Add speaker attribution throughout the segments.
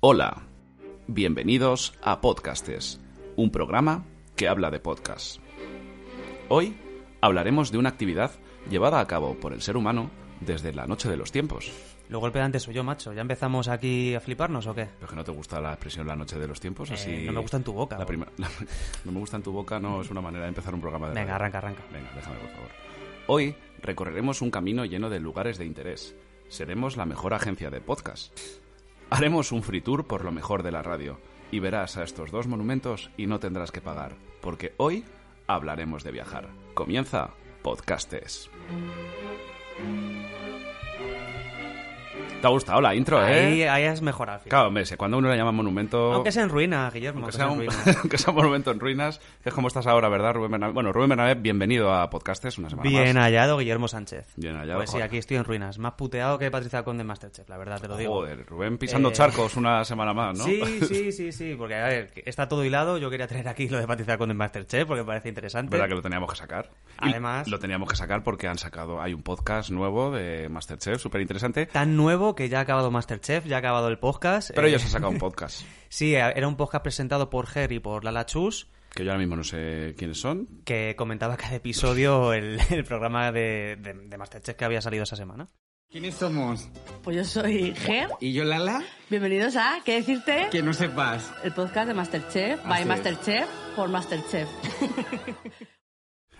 Speaker 1: Hola, bienvenidos a Podcastes, un programa que habla de podcast. Hoy hablaremos de una actividad llevada a cabo por el ser humano desde la noche de los tiempos.
Speaker 2: Lo golpe de antes soy yo, macho. ¿Ya empezamos aquí a fliparnos o qué?
Speaker 1: ¿Pero es que no te gusta la expresión la noche de los tiempos?
Speaker 2: Eh,
Speaker 1: Pues Así
Speaker 2: no me gusta en tu boca,
Speaker 1: La
Speaker 2: o-
Speaker 1: prima- la- no me gusta en tu boca no es una manera de empezar un programa de
Speaker 2: Venga,
Speaker 1: radio.
Speaker 2: arranca, arranca.
Speaker 1: Venga, déjame, por favor. Hoy recorreremos un camino lleno de lugares de interés. Seremos la mejor agencia de podcast. Haremos un free tour por lo mejor de la radio. Y verás a estos dos monumentos y no tendrás que pagar, porque hoy hablaremos de viajar. Comienza Podcastes. ¿Te ha gustado la intro,
Speaker 2: Ahí,
Speaker 1: eh?
Speaker 2: ahí has mejorado. al final.
Speaker 1: Claro, hombre, si cuando uno le llama monumento...
Speaker 2: Aunque sea en ruina, Guillermo.
Speaker 1: Aunque
Speaker 2: aunque
Speaker 1: sea,
Speaker 2: sea
Speaker 1: un,
Speaker 2: en ruina.
Speaker 1: aunque sea un monumento en ruinas, que es como estás ahora, ¿verdad, Rubén Bernabé? Bueno, Rubén Bernabé, bienvenido a Podcastes una semana
Speaker 2: Bien
Speaker 1: más.
Speaker 2: hallado, Guillermo Sánchez.
Speaker 1: Bien hallado,
Speaker 2: Pues sí,
Speaker 1: joder.
Speaker 2: aquí estoy en ruinas. Más puteado que Patricia Conde en Masterchef, la verdad, te lo digo.
Speaker 1: Joder, Rubén pisando
Speaker 2: Eh,
Speaker 1: charcos una semana más, ¿no?
Speaker 2: Sí, sí, sí, sí, porque a ver, que está todo hilado. Yo quería traer aquí lo de Patricia Conde en Masterchef porque me parece interesante.
Speaker 1: ¿Verdad que lo teníamos que sacar? Y
Speaker 2: Además-
Speaker 1: lo teníamos que sacar porque han sacado. Hay un podcast nuevo de Masterchef, súper interesante.
Speaker 2: Tan nuevo que ya ha acabado Masterchef, ya ha acabado el podcast.
Speaker 1: Pero
Speaker 2: eh,
Speaker 1: ellos han sacado un podcast.
Speaker 2: Sí, era un podcast presentado por Jerry y por Lala Chus.
Speaker 1: Que yo ahora mismo no sé quiénes son.
Speaker 2: que comentaba cada episodio el, el programa de, de, de Masterchef que había salido esa semana.
Speaker 3: ¿Quiénes somos?
Speaker 4: Pues yo soy Ger.
Speaker 3: Y yo, Lala,
Speaker 4: Bienvenidos a ¿Qué decirte?
Speaker 3: que no sepas.
Speaker 4: El podcast de Masterchef, by
Speaker 3: Así es.
Speaker 4: Masterchef, por Masterchef.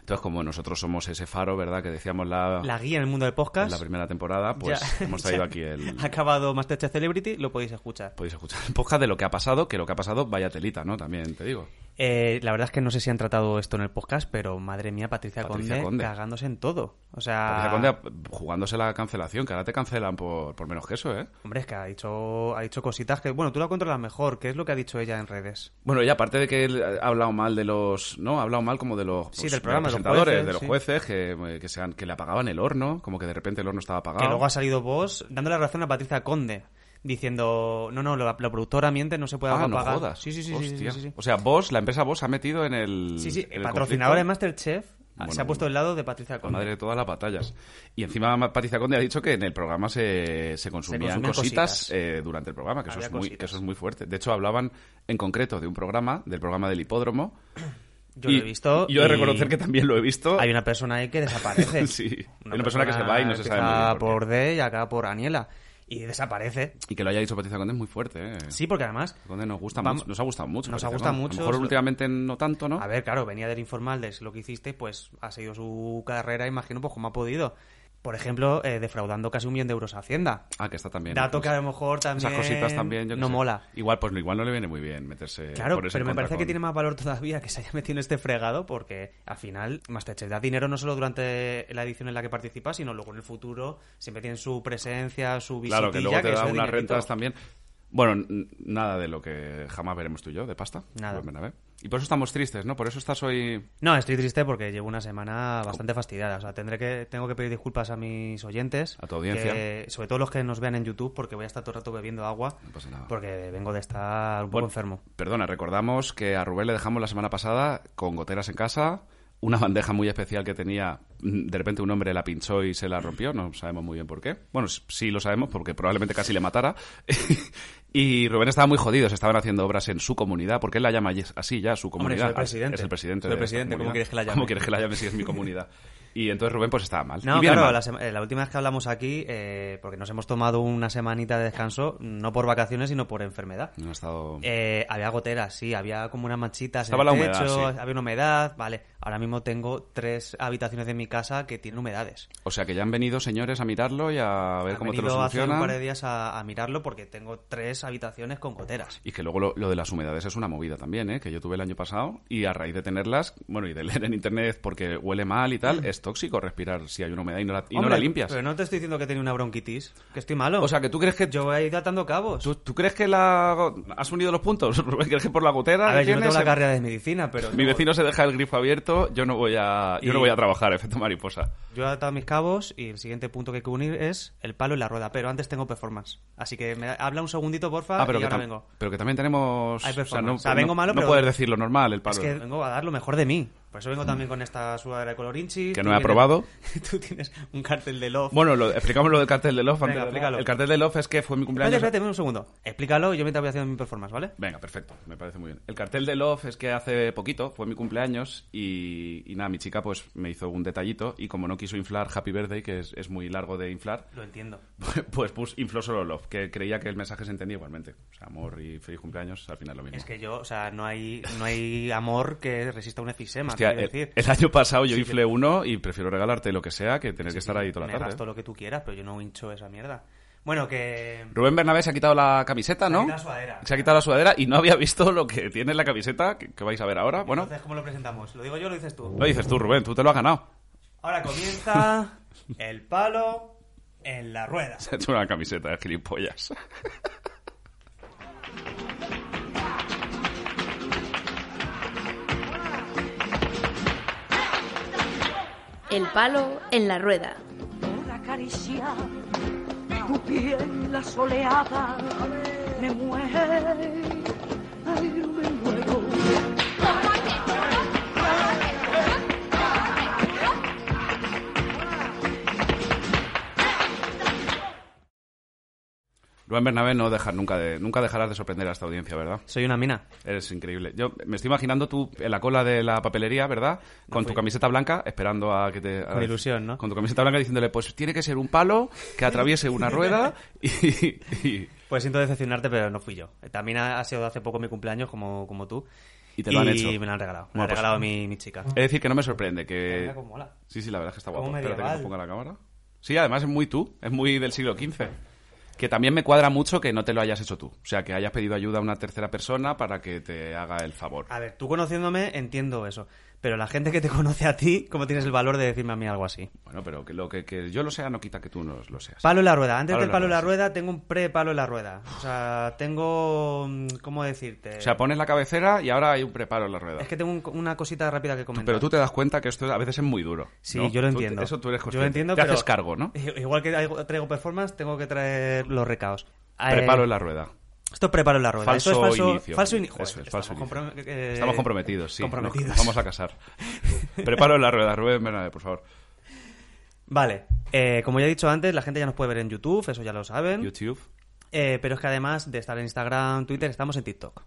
Speaker 1: Entonces, como nosotros somos ese faro, ¿verdad? Que decíamos la,
Speaker 2: La guía en el mundo del
Speaker 1: en
Speaker 2: podcast.
Speaker 1: Ah. la primera temporada, pues
Speaker 2: Ya-
Speaker 1: hemos traído
Speaker 2: ya
Speaker 1: aquí el.
Speaker 2: Ha acabado Masterchef Celebrity, lo podéis escuchar.
Speaker 1: Podéis escuchar el podcast de lo que ha pasado, que lo que ha pasado, vaya telita, ¿no? También te digo.
Speaker 2: Eh, la verdad es que no sé si han tratado esto en el podcast, pero madre mía, Patricia,
Speaker 1: Patricia
Speaker 2: Conde,
Speaker 1: Conde.
Speaker 2: cagándose en todo. O sea,
Speaker 1: Patricia Conde jugándose la cancelación, que ahora te cancelan por, por menos que eso, ¿eh?
Speaker 2: hombre, es que ha dicho, ha dicho cositas que, bueno, tú la controlas mejor. ¿Qué es lo que ha dicho ella en redes?
Speaker 1: Bueno, y aparte de que él ha hablado mal de los... No, ha hablado mal como de los...
Speaker 2: Sí,
Speaker 1: pues,
Speaker 2: del programa, de los
Speaker 1: presentadores,
Speaker 2: jueces,
Speaker 1: de los
Speaker 2: sí.
Speaker 1: jueces, que, que, sean, que le apagaban el horno, como que de repente el horno estaba apagado.
Speaker 2: Que luego ha salido vos dándole la razón a Patricia Conde, diciendo, no, no, la, la productora miente, no se puede
Speaker 1: Ah, no
Speaker 2: apagar.
Speaker 1: jodas.
Speaker 2: Sí, sí, sí, sí, sí,
Speaker 1: Hostia.
Speaker 2: sí, sí.
Speaker 1: O sea, vos, la empresa vos, ha metido en el...
Speaker 2: Sí, sí,
Speaker 1: en el
Speaker 2: patrocinadora de
Speaker 1: conflicto
Speaker 2: Masterchef
Speaker 1: Bueno,
Speaker 2: se ha puesto
Speaker 1: bueno.
Speaker 2: del lado de Patricia
Speaker 1: La
Speaker 2: Conde.
Speaker 1: madre de todas las batallas. Y encima Ma- Patricia Conde ha dicho que en el programa se, se consumían
Speaker 2: consumían
Speaker 1: cositas,
Speaker 2: cositas.
Speaker 1: eh, durante el programa, que eso,
Speaker 2: Había
Speaker 1: es muy,
Speaker 2: cositas.
Speaker 1: que eso es muy fuerte. De hecho, hablaban en concreto de un programa, del programa del hipódromo.
Speaker 2: Yo lo
Speaker 1: Y-
Speaker 2: he visto.
Speaker 1: y Yo he de
Speaker 2: y
Speaker 1: reconocer que también lo he visto.
Speaker 2: Hay una persona ahí que desaparece.
Speaker 1: Sí, hay una persona que se va y no se sabe muy
Speaker 2: empieza
Speaker 1: bien por
Speaker 2: por D y acaba por Aniela. Y desaparece.
Speaker 1: Y que lo haya dicho Patricia Conde es muy fuerte, ¿eh?
Speaker 2: Sí, porque además.
Speaker 1: Conde nos gusta
Speaker 2: Vamos-
Speaker 1: mucho, nos ha gustado mucho.
Speaker 2: nos ha
Speaker 1: Patricia
Speaker 2: gustado
Speaker 1: Conde.
Speaker 2: mucho,
Speaker 1: A lo mejor
Speaker 2: eso-
Speaker 1: últimamente no tanto, ¿no?
Speaker 2: A ver, claro, venía del informal de lo que hiciste, pues ha seguido su carrera, imagino, pues como ha podido. Por ejemplo, eh, defraudando casi un millón de euros a Hacienda.
Speaker 1: Ah, que está también.
Speaker 2: Dato que a lo mejor
Speaker 1: Esas
Speaker 2: también.
Speaker 1: cositas también, yo qué
Speaker 2: No
Speaker 1: sé.
Speaker 2: mola.
Speaker 1: Igual, pues no, igual no le viene muy bien meterse.
Speaker 2: Claro,
Speaker 1: por eso
Speaker 2: pero
Speaker 1: en
Speaker 2: me
Speaker 1: contra
Speaker 2: parece que
Speaker 1: con-
Speaker 2: tiene más valor todavía que se haya metido en este fregado porque al final Masterchef da dinero no solo durante la edición en la que participa, sino luego en el futuro siempre tienen su preseña, su visita.
Speaker 1: Claro, que luego te da
Speaker 2: da
Speaker 1: unas rentas también. Bueno, n- nada de lo que jamás veremos tú y yo, de pasta.
Speaker 2: Nada.
Speaker 1: Pues, ven a ver. Y por eso estamos tristes, ¿no? Por eso estás hoy.
Speaker 2: No, estoy triste porque llevo una semana bastante fastidiada. O sea, tendré que, tengo que pedir disculpas a mis oyentes.
Speaker 1: A tu audiencia.
Speaker 2: que- sobre todo los que nos vean en YouTube porque voy a estar todo el rato bebiendo agua.
Speaker 1: No pasa nada.
Speaker 2: Porque vengo de estar un poco
Speaker 1: Bueno,
Speaker 2: enfermo.
Speaker 1: Perdona, recordamos que a Rubén le dejamos la semana pasada con goteras en casa, una bandeja muy especial que tenía, mm, de repente un hombre la pinchó y se la rompió, no sabemos muy bien por qué. Bueno, s- sí lo sabemos porque probablemente casi le matara. y Rubén estaba muy jodido, se estaban haciendo obras en su comunidad, porque él la llama yes- así ya, su
Speaker 2: Hombre,
Speaker 1: comunidad. Ah,
Speaker 2: es el presidente.
Speaker 1: Es el presidente.
Speaker 2: Es el
Speaker 1: de esta
Speaker 2: presidente, ¿cómo
Speaker 1: comunidad.
Speaker 2: quieres que la llame?
Speaker 1: ¿Cómo quieres que la llame si es mi comunidad? Y entonces Rubén pues estaba mal.
Speaker 2: No,
Speaker 1: Y viene
Speaker 2: claro,
Speaker 1: mal.
Speaker 2: la, sema- eh, la última vez que hablamos aquí, eh, porque nos hemos tomado una semanita de descanso, no por vacaciones, sino por enfermedad.
Speaker 1: No ha estado...
Speaker 2: Eh, había goteras, sí, había como unas manchitas
Speaker 1: Estaba la
Speaker 2: en el
Speaker 1: humedad,
Speaker 2: techo,
Speaker 1: sí.
Speaker 2: había una humedad, vale. Ahora mismo tengo tres habitaciones de mi casa que tienen humedades.
Speaker 1: O sea que ya han venido señores a mirarlo y a ver
Speaker 2: Han
Speaker 1: cómo te lo
Speaker 2: venido hace un
Speaker 1: solucionan.
Speaker 2: par de días a, a mirarlo porque tengo tres habitaciones con goteras.
Speaker 1: Y que luego lo, lo de las humedades es una movida también, ¿eh? que yo tuve el año pasado y a raíz de tenerlas, bueno, y de leer en internet porque huele mal y tal, es tóxico respirar si hay una humedad y no la, y no
Speaker 2: Mm. Hombre,
Speaker 1: la limpias.
Speaker 2: Pero no te estoy diciendo que tenía una bronquitis, que estoy malo.
Speaker 1: O sea, que tú crees que...
Speaker 2: yo voy a ir atando cabos.
Speaker 1: ¿tú, tú crees que la... go- ¿Has unido los puntos? ¿Crees que por la gotera?
Speaker 2: a ver, yo no
Speaker 1: tienes-
Speaker 2: tengo la carrera de medicina, pero
Speaker 1: Mi
Speaker 2: no-
Speaker 1: vecino se deja el grifo abierto, yo no voy a, yo no
Speaker 2: Y-
Speaker 1: voy a trabajar, efecto mariposa.
Speaker 2: Yo he atado mis cabos y el siguiente punto que hay que unir es el palo y la rueda, pero antes tengo performance. Así que me da- habla un segundito, porfa,
Speaker 1: Ah, pero
Speaker 2: y
Speaker 1: que,
Speaker 2: ahora
Speaker 1: tam-
Speaker 2: vengo.
Speaker 1: pero que también tenemos...
Speaker 2: Hay
Speaker 1: o sea, no,
Speaker 2: performance. O sea, vengo
Speaker 1: no-
Speaker 2: malo,
Speaker 1: no
Speaker 2: pero-
Speaker 1: puedes decir lo normal, el palo. Mm.
Speaker 2: Es que vengo a dar lo mejor de mí. Por eso vengo también con esta sudadera de colorinchi.
Speaker 1: Que
Speaker 2: Tú
Speaker 1: no he
Speaker 2: tienes-
Speaker 1: aprobado.
Speaker 2: Tú tienes un cartel de love.
Speaker 1: Bueno, lo, explicamos lo del cartel de Love.
Speaker 2: Venga,
Speaker 1: antes de nada.
Speaker 2: explícalo.
Speaker 1: el cartel de Love es que fue mi
Speaker 2: espérate,
Speaker 1: cumpleaños.
Speaker 2: espérate, un segundo. Explícalo y yo mientras voy haciendo mi performance, ¿vale?
Speaker 1: Venga, perfecto, me parece muy bien. El cartel de Love es que hace poquito, fue mi cumpleaños, y, y nada, mi chica pues me hizo un detallito, y como no quiso inflar Happy Birthday, que es, es muy largo de inflar,
Speaker 2: Lo entiendo.
Speaker 1: pues pus, infló solo Love, que creía que el mensaje se entendía igualmente. O sea, amor y feliz cumpleaños, al final lo mismo.
Speaker 2: Es que yo, o sea, no hay, no hay amor que resista un efisema,
Speaker 1: Hostia, eh,
Speaker 2: quiero
Speaker 1: el,
Speaker 2: decir.
Speaker 1: el año pasado yo inflé uno y prefiero regalarte lo que sea que tener que estar ahí toda
Speaker 2: Me
Speaker 1: la tarde.
Speaker 2: gasto lo que tú quieras, pero yo no hincho esa mierda. Bueno, que...
Speaker 1: Rubén Bernabé se ha quitado la camiseta, ¿no?
Speaker 2: Se ha quitado la sudadera.
Speaker 1: Se ha quitado la sudadera y no había visto lo que tiene en la camiseta, que, que vais a ver ahora. Bueno,
Speaker 2: Entonces, ¿cómo lo presentamos? ¿Lo digo yo o lo dices tú?
Speaker 1: lo dices tú, Rubén, tú te lo has ganado.
Speaker 2: Ahora comienza el palo en la rueda.
Speaker 1: Se ha hecho una camiseta de gilipollas.
Speaker 5: El palo en la rueda.
Speaker 6: por acariciar tu piel la soleada. Me muero, ay, me muero.
Speaker 1: Rubén Bernabé no dejar nunca de, nunca dejarás de sorprender a esta audiencia, ¿verdad?
Speaker 2: Soy una mina.
Speaker 1: Eres increíble. Yo me estoy imaginando tú en la cola de la papelería, ¿verdad? Con tu camiseta blanca, esperando a que te... a-
Speaker 2: Con ilusión, ¿no?
Speaker 1: Con tu camiseta blanca diciéndole, pues tiene que ser un palo que atraviese una rueda y... y-
Speaker 2: Pues siento decepcionarte, pero no fui yo. También ha, ha sido hace poco mi cumpleaños, como, como tú.
Speaker 1: Y te lo han hecho.
Speaker 2: Y me lo han regalado. Me lo
Speaker 1: Bueno, pues-
Speaker 2: ha
Speaker 1: Eh,
Speaker 2: regalado mi, mi chica.
Speaker 1: Es decir, que no me sorprende que...
Speaker 2: Mira cómo mola.
Speaker 1: Sí, sí, la verdad es que está guapo.
Speaker 2: Como
Speaker 1: Espérate que
Speaker 2: medieval.
Speaker 1: nos ponga la cámara. Sí, además es muy tú, es muy del siglo XV. Que también me cuadra mucho que no te lo hayas hecho tú. O sea, que hayas pedido ayuda a una tercera persona para que te haga el favor.
Speaker 2: A ver, tú conociéndome entiendo eso. Pero la gente que te conoce a ti, ¿cómo tienes el valor de decirme a mí algo así?
Speaker 1: Bueno, pero que lo que, que yo lo sea no quita que tú no lo seas.
Speaker 2: Palo en la rueda. Antes
Speaker 1: Palo en la
Speaker 2: del palo en la
Speaker 1: rueda,
Speaker 2: rueda, tengo un pre-palo en la rueda. O sea, tengo. mm, ¿Cómo decirte?
Speaker 1: O sea, pones la cabecera y ahora hay un preparo en la rueda.
Speaker 2: es que tengo un- una cosita rápida que comentar.
Speaker 1: Pero tú te das cuenta que esto a veces es muy duro.
Speaker 2: Sí,
Speaker 1: ¿no?
Speaker 2: yo lo
Speaker 1: Tú-
Speaker 2: entiendo.
Speaker 1: eso tú eres
Speaker 2: Yo lo
Speaker 1: consciente.
Speaker 2: entiendo,
Speaker 1: Te
Speaker 2: pero-
Speaker 1: haces cargo, ¿no?
Speaker 2: I- Igual que traigo- traigo performance, tengo que traer los recaos. Eh,
Speaker 1: Preparo en la rueda.
Speaker 2: Esto es preparo en la rueda.
Speaker 1: Falso,
Speaker 2: Esto es falso
Speaker 1: inicio.
Speaker 2: Falso ini-
Speaker 1: Eso
Speaker 2: Joder,
Speaker 1: es,
Speaker 2: estamos
Speaker 1: falso inicio.
Speaker 2: comprom- eh,
Speaker 1: Estamos comprometidos, sí.
Speaker 2: comprometidos.
Speaker 1: Nos vamos a casar. preparo en la rueda, Rubén Bernabé, por favor.
Speaker 2: Vale. Eh, como ya he dicho antes, la gente ya nos puede ver en YouTube, eso ya lo saben.
Speaker 1: YouTube.
Speaker 2: Eh, pero es que además de estar en Instagram, Twitter, estamos en TikTok.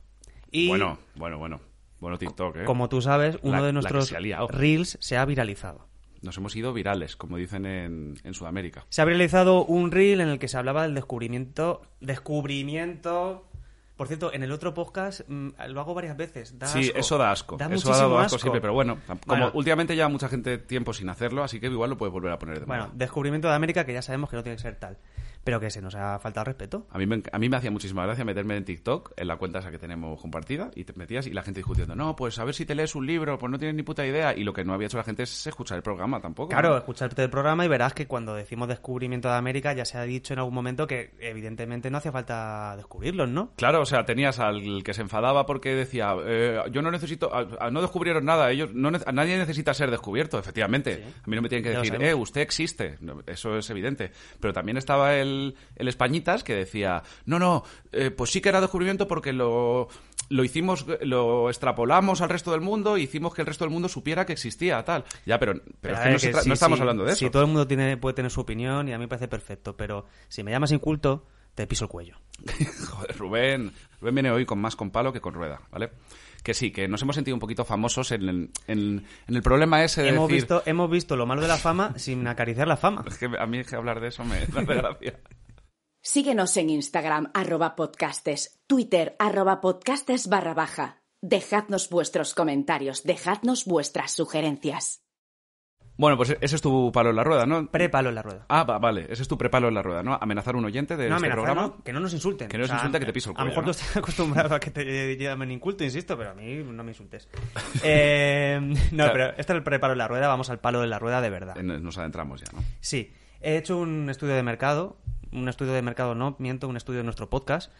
Speaker 2: Y
Speaker 1: Bueno, bueno, bueno. Bueno, TikTok, ¿eh?
Speaker 2: como tú sabes, uno
Speaker 1: La- la
Speaker 2: de
Speaker 1: que
Speaker 2: nuestros
Speaker 1: se ha liado.
Speaker 2: reels se ha viralizado.
Speaker 1: Nos hemos ido virales, como dicen en, en Sudamérica.
Speaker 2: Se ha viralizado un reel en el que se hablaba del descubrimiento. Descubrimiento. Por cierto, en el otro podcast mm, lo hago varias veces. Da
Speaker 1: Sí,
Speaker 2: asco.
Speaker 1: eso da asco. eso
Speaker 2: muchísimo
Speaker 1: ha dado asco, siempre, pero bueno, tam- como
Speaker 2: Bueno.
Speaker 1: últimamente lleva mucha gente tiempo sin hacerlo, así que igual lo puedes volver a poner de
Speaker 2: Bueno,
Speaker 1: moda.
Speaker 2: descubrimiento de América que ya sabemos que no tiene que ser tal. Pero que se nos ha faltado respeto.
Speaker 1: A mí, me, a mí me hacía muchísima gracia meterme en TikTok, en la cuenta esa que tenemos compartida, y te metías y la gente discutiendo, no, pues a ver si te lees un libro, pues no tienes ni puta idea. Y lo que no había hecho la gente es escuchar el programa tampoco.
Speaker 2: Claro,
Speaker 1: ¿no?
Speaker 2: escucharte el programa y verás que cuando decimos descubrimiento de América ya se ha dicho en algún momento que evidentemente no hacía falta descubrirlos, ¿no?
Speaker 1: Claro, o sea, tenías al que se enfadaba porque decía, eh, yo no necesito, a- a- no descubrieron nada, ellos, no, ne- a nadie necesita ser descubierto, efectivamente. A mí no me tienen que
Speaker 2: Ya lo
Speaker 1: decir,
Speaker 2: sabemos.
Speaker 1: eh, usted existe, No, eso es evidente. Pero también estaba el, el Españitas que decía, no, no, eh, pues sí que era descubrimiento porque lo, lo hicimos, lo extrapolamos al resto del mundo, e hicimos que el resto del mundo supiera que existía, tal. Ya, pero, pero, es
Speaker 2: a
Speaker 1: que
Speaker 2: ver,
Speaker 1: no, se
Speaker 2: que
Speaker 1: tra-
Speaker 2: sí,
Speaker 1: no estamos
Speaker 2: sí,
Speaker 1: hablando de eso.
Speaker 2: Sí, todo el mundo tiene, puede tener su opinión y a mí me parece perfecto, pero si me llamas inculto, te piso el cuello.
Speaker 1: Joder, Rubén. Rubén viene hoy con más con palo que con rueda, ¿vale? Que sí, que nos hemos sentido un poquito famosos en, el- en- en el problema ese de
Speaker 2: Hemos
Speaker 1: decir...
Speaker 2: visto, hemos visto lo malo de la fama sin acariciar la fama.
Speaker 1: Es que a mí es que hablar de eso me da gracia.
Speaker 7: Síguenos en Instagram, arroba podcastes, Twitter, arroba podcastes barra baja. Dejadnos vuestros comentarios, dejadnos vuestras sugerencias.
Speaker 1: Bueno, pues ese es tu palo en la rueda, ¿no?
Speaker 2: Prepalo en la rueda.
Speaker 1: Ah, va, vale, ese es tu prepalo en la rueda, ¿no? Amenazar a un oyente de
Speaker 2: No
Speaker 1: este
Speaker 2: amenazar,
Speaker 1: programa.
Speaker 2: no, que no nos insulten.
Speaker 1: Que no nos insulten, que te piso el
Speaker 2: A lo
Speaker 1: cuello,
Speaker 2: mejor tú
Speaker 1: ¿no?
Speaker 2: estás acostumbrado a que te llamen inculto, insisto, pero a mí no me insultes. Eh, no,
Speaker 1: Claro.
Speaker 2: pero este es el preparo de la rueda, vamos al palo de la rueda de verdad.
Speaker 1: Eh, Nos adentramos ya, ¿no?
Speaker 2: Sí, he hecho un estudio de mercado, un estudio de mercado no, miento, un estudio de nuestro podcast,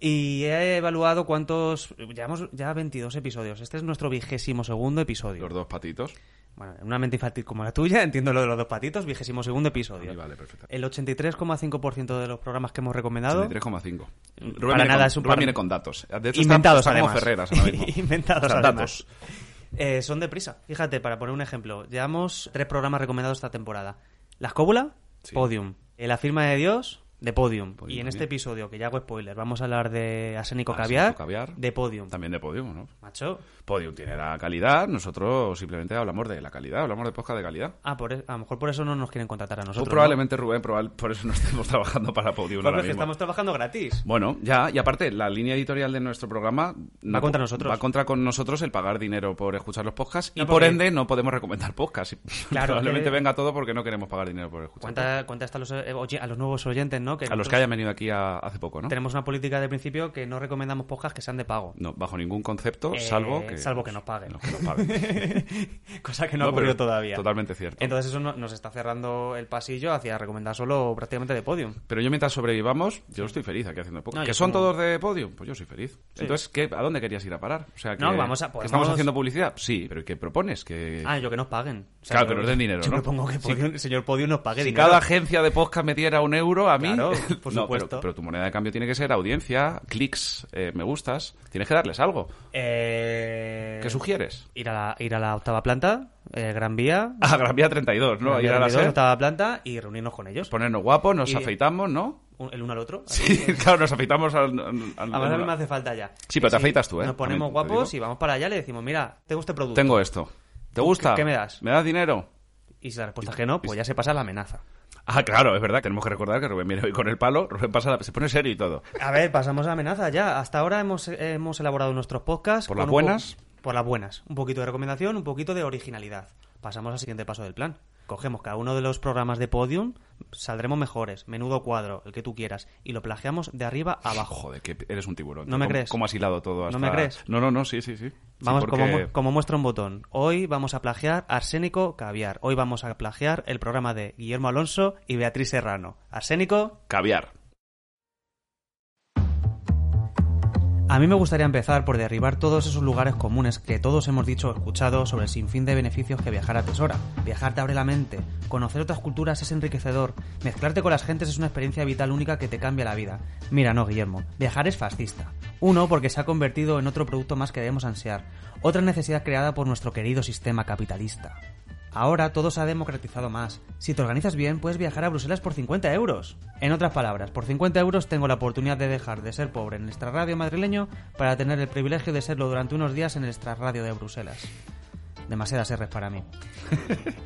Speaker 2: y he evaluado cuántos... Llevamos ya 22 episodios, este es nuestro vigésimo segundo episodio.
Speaker 1: Los dos patitos.
Speaker 2: Bueno, en una mente infantil como la tuya, entiendo lo de los dos patitos, vigésimo segundo episodio.
Speaker 1: Ahí vale, perfecto.
Speaker 2: El 83,5% de los programas que hemos recomendado...
Speaker 1: 3,5. Rubén,
Speaker 2: Para
Speaker 1: viene
Speaker 2: nada,
Speaker 1: con-
Speaker 2: es un
Speaker 1: Rubén
Speaker 2: par-
Speaker 1: viene con datos. De hecho, está-
Speaker 2: inventados
Speaker 1: está como
Speaker 2: además.
Speaker 1: Ferreras ahora mismo.
Speaker 2: inventados
Speaker 1: O sea,
Speaker 2: además.
Speaker 1: datos.
Speaker 2: Eh, son deprisa. Fíjate, para poner un ejemplo, llevamos tres programas recomendados esta temporada. La escóbula,
Speaker 1: Sí.
Speaker 2: Podium. Eh, La firma de Dios, de Podium.
Speaker 1: Podium
Speaker 2: y en este
Speaker 1: también.
Speaker 2: episodio, que ya hago spoiler, vamos a hablar de Arsénico
Speaker 1: Arsénico
Speaker 2: Caviar,
Speaker 1: Caviar.
Speaker 2: de Podium.
Speaker 1: También de Podium, ¿no?
Speaker 2: Macho.
Speaker 1: Podium tiene la calidad, nosotros simplemente hablamos de la calidad, hablamos de podcast de calidad.
Speaker 2: Ah, por, e- a lo mejor por eso no nos quieren contratar a
Speaker 1: Tú
Speaker 2: nosotros.
Speaker 1: Pues probablemente, Rubén, probable- por eso no estemos trabajando para Podium
Speaker 2: ¿no? Porque
Speaker 1: ahora
Speaker 2: es que
Speaker 1: mismo.
Speaker 2: estamos trabajando gratis.
Speaker 1: Bueno, ya, y aparte, la línea editorial de nuestro programa na-
Speaker 2: contra nosotros.
Speaker 1: Va contra con nosotros el pagar dinero por escuchar los podcasts y
Speaker 2: No,
Speaker 1: por
Speaker 2: porque-
Speaker 1: ende no podemos recomendar podcasts. Y
Speaker 2: Claro,
Speaker 1: probablemente
Speaker 2: que-
Speaker 1: venga todo porque no queremos pagar dinero por escuchar. podcasts.
Speaker 2: Cuenta, cuenta hasta los, eh, oye- a los nuevos oyentes, ¿no? Que
Speaker 1: A los
Speaker 2: nosotros
Speaker 1: que hayan venido aquí a- hace poco, ¿no?
Speaker 2: Tenemos una política de principio que no recomendamos podcasts que sean de pago.
Speaker 1: No, bajo ningún concepto,
Speaker 2: Eh,
Speaker 1: salvo que... pues,
Speaker 2: salvo que nos paguen.
Speaker 1: No, que nos paguen.
Speaker 2: Cosa que no, ha
Speaker 1: No, pero
Speaker 2: ocurrido todavía.
Speaker 1: Totalmente cierto.
Speaker 2: Entonces eso no- nos está cerrando el pasillo hacia recomendar solo prácticamente de podium.
Speaker 1: Pero yo mientras sobrevivamos, yo estoy feliz aquí haciendo podcast.
Speaker 2: No, yo
Speaker 1: ¿Que son
Speaker 2: como-
Speaker 1: todos de podio? Pues yo soy feliz. Entonces, ¿qué, ¿a dónde querías ir a parar? O sea, que,
Speaker 2: No, vamos a-
Speaker 1: ¿que
Speaker 2: podemos-
Speaker 1: ¿Estamos haciendo publicidad? Sí, pero ¿y ¿qué propones? Que...
Speaker 2: Ah, yo que nos paguen. O
Speaker 1: Claro,
Speaker 2: yo-
Speaker 1: que nos den dinero,
Speaker 2: Yo
Speaker 1: ¿no?
Speaker 2: propongo que
Speaker 1: Sí.
Speaker 2: Podium- el señor Podium nos pague
Speaker 1: si
Speaker 2: dinero.
Speaker 1: cada agencia de podcast me diera un euro a mí...
Speaker 2: Claro, por
Speaker 1: No,
Speaker 2: supuesto.
Speaker 1: pero, pero tu moneda de cambio tiene que ser audiencia, clics, eh, me gustas. Tienes que darles algo.
Speaker 2: Eh,
Speaker 1: ¿Qué sugieres?
Speaker 2: Ir a la, ir a la octava planta, eh, Gran Vía.
Speaker 1: A Ah, Gran Vía 32, ¿no?
Speaker 2: Gran
Speaker 1: Ir
Speaker 2: Vía
Speaker 1: a la
Speaker 2: 32,
Speaker 1: SER,
Speaker 2: octava planta y reunirnos con ellos.
Speaker 1: ponernos guapos, nos
Speaker 2: Y-
Speaker 1: afeitamos, ¿no?
Speaker 2: un- El uno al otro. así.
Speaker 1: Sí, claro, nos afeitamos al... al- al-
Speaker 2: Además a mí me hace falta ya.
Speaker 1: Sí, pero te
Speaker 2: Y
Speaker 1: afeitas tú, ¿eh?
Speaker 2: Nos ponemos
Speaker 1: También te
Speaker 2: guapos
Speaker 1: digo.
Speaker 2: y vamos para allá y le decimos, mira, tengo este producto.
Speaker 1: Tengo esto. ¿Te gusta?
Speaker 2: qué me das?
Speaker 1: ¿Me das dinero?
Speaker 2: Y si la respuesta es que no, pues ya se pasa la amenaza.
Speaker 1: Ah, claro, es verdad. Tenemos que recordar que Rubén viene hoy con el palo, Rubén pasa la- se pone serio y todo.
Speaker 2: A ver, pasamos a amenaza ya. Hasta ahora hemos, hemos elaborado nuestros podcasts.
Speaker 1: ¿Por
Speaker 2: con
Speaker 1: las
Speaker 2: un po-
Speaker 1: buenas?
Speaker 2: Por las buenas. Un poquito de recomendación, un poquito de originalidad. Pasamos al siguiente paso del plan. Cogemos cada uno de los programas de Podium, saldremos mejores, menudo cuadro, el que tú quieras, y lo plagiamos de arriba a abajo.
Speaker 1: Ah, Joder, que eres un tiburón.
Speaker 2: ¿No me
Speaker 1: ¿Cómo-
Speaker 2: crees?
Speaker 1: ¿Cómo has hilado todo
Speaker 2: ¿No
Speaker 1: hasta...
Speaker 2: me crees?
Speaker 1: No, no, no, sí, sí, sí. Sí,
Speaker 2: Vamos,
Speaker 1: porque-
Speaker 2: como, mu- como muestra un botón. Hoy vamos a plagiar Arsénico Caviar. Hoy vamos a plagiar el programa de Guillermo Alonso y Beatriz Serrano. Arsénico,
Speaker 1: Caviar.
Speaker 2: A mí me gustaría empezar por derribar todos esos lugares comunes que todos hemos dicho o escuchado sobre el sinfín de beneficios que viajar atesora. Viajar te abre la mente, conocer otras culturas es enriquecedor, mezclarte con las gentes es una experiencia vital única que te cambia la vida. Mira, no, Guillermo, viajar es fascista. Uno, porque se ha convertido en otro producto más que debemos ansiar, otra necesidad creada por nuestro querido sistema capitalista. Ahora todo se ha democratizado más. Si te organizas bien, puedes viajar a Bruselas por 50 euros. En otras palabras, por 50 euros tengo la oportunidad de dejar de ser pobre en el extrarradio madrileño para tener el privilegio de serlo durante unos días en el extrarradio de Bruselas. Demasiadas R's para mí.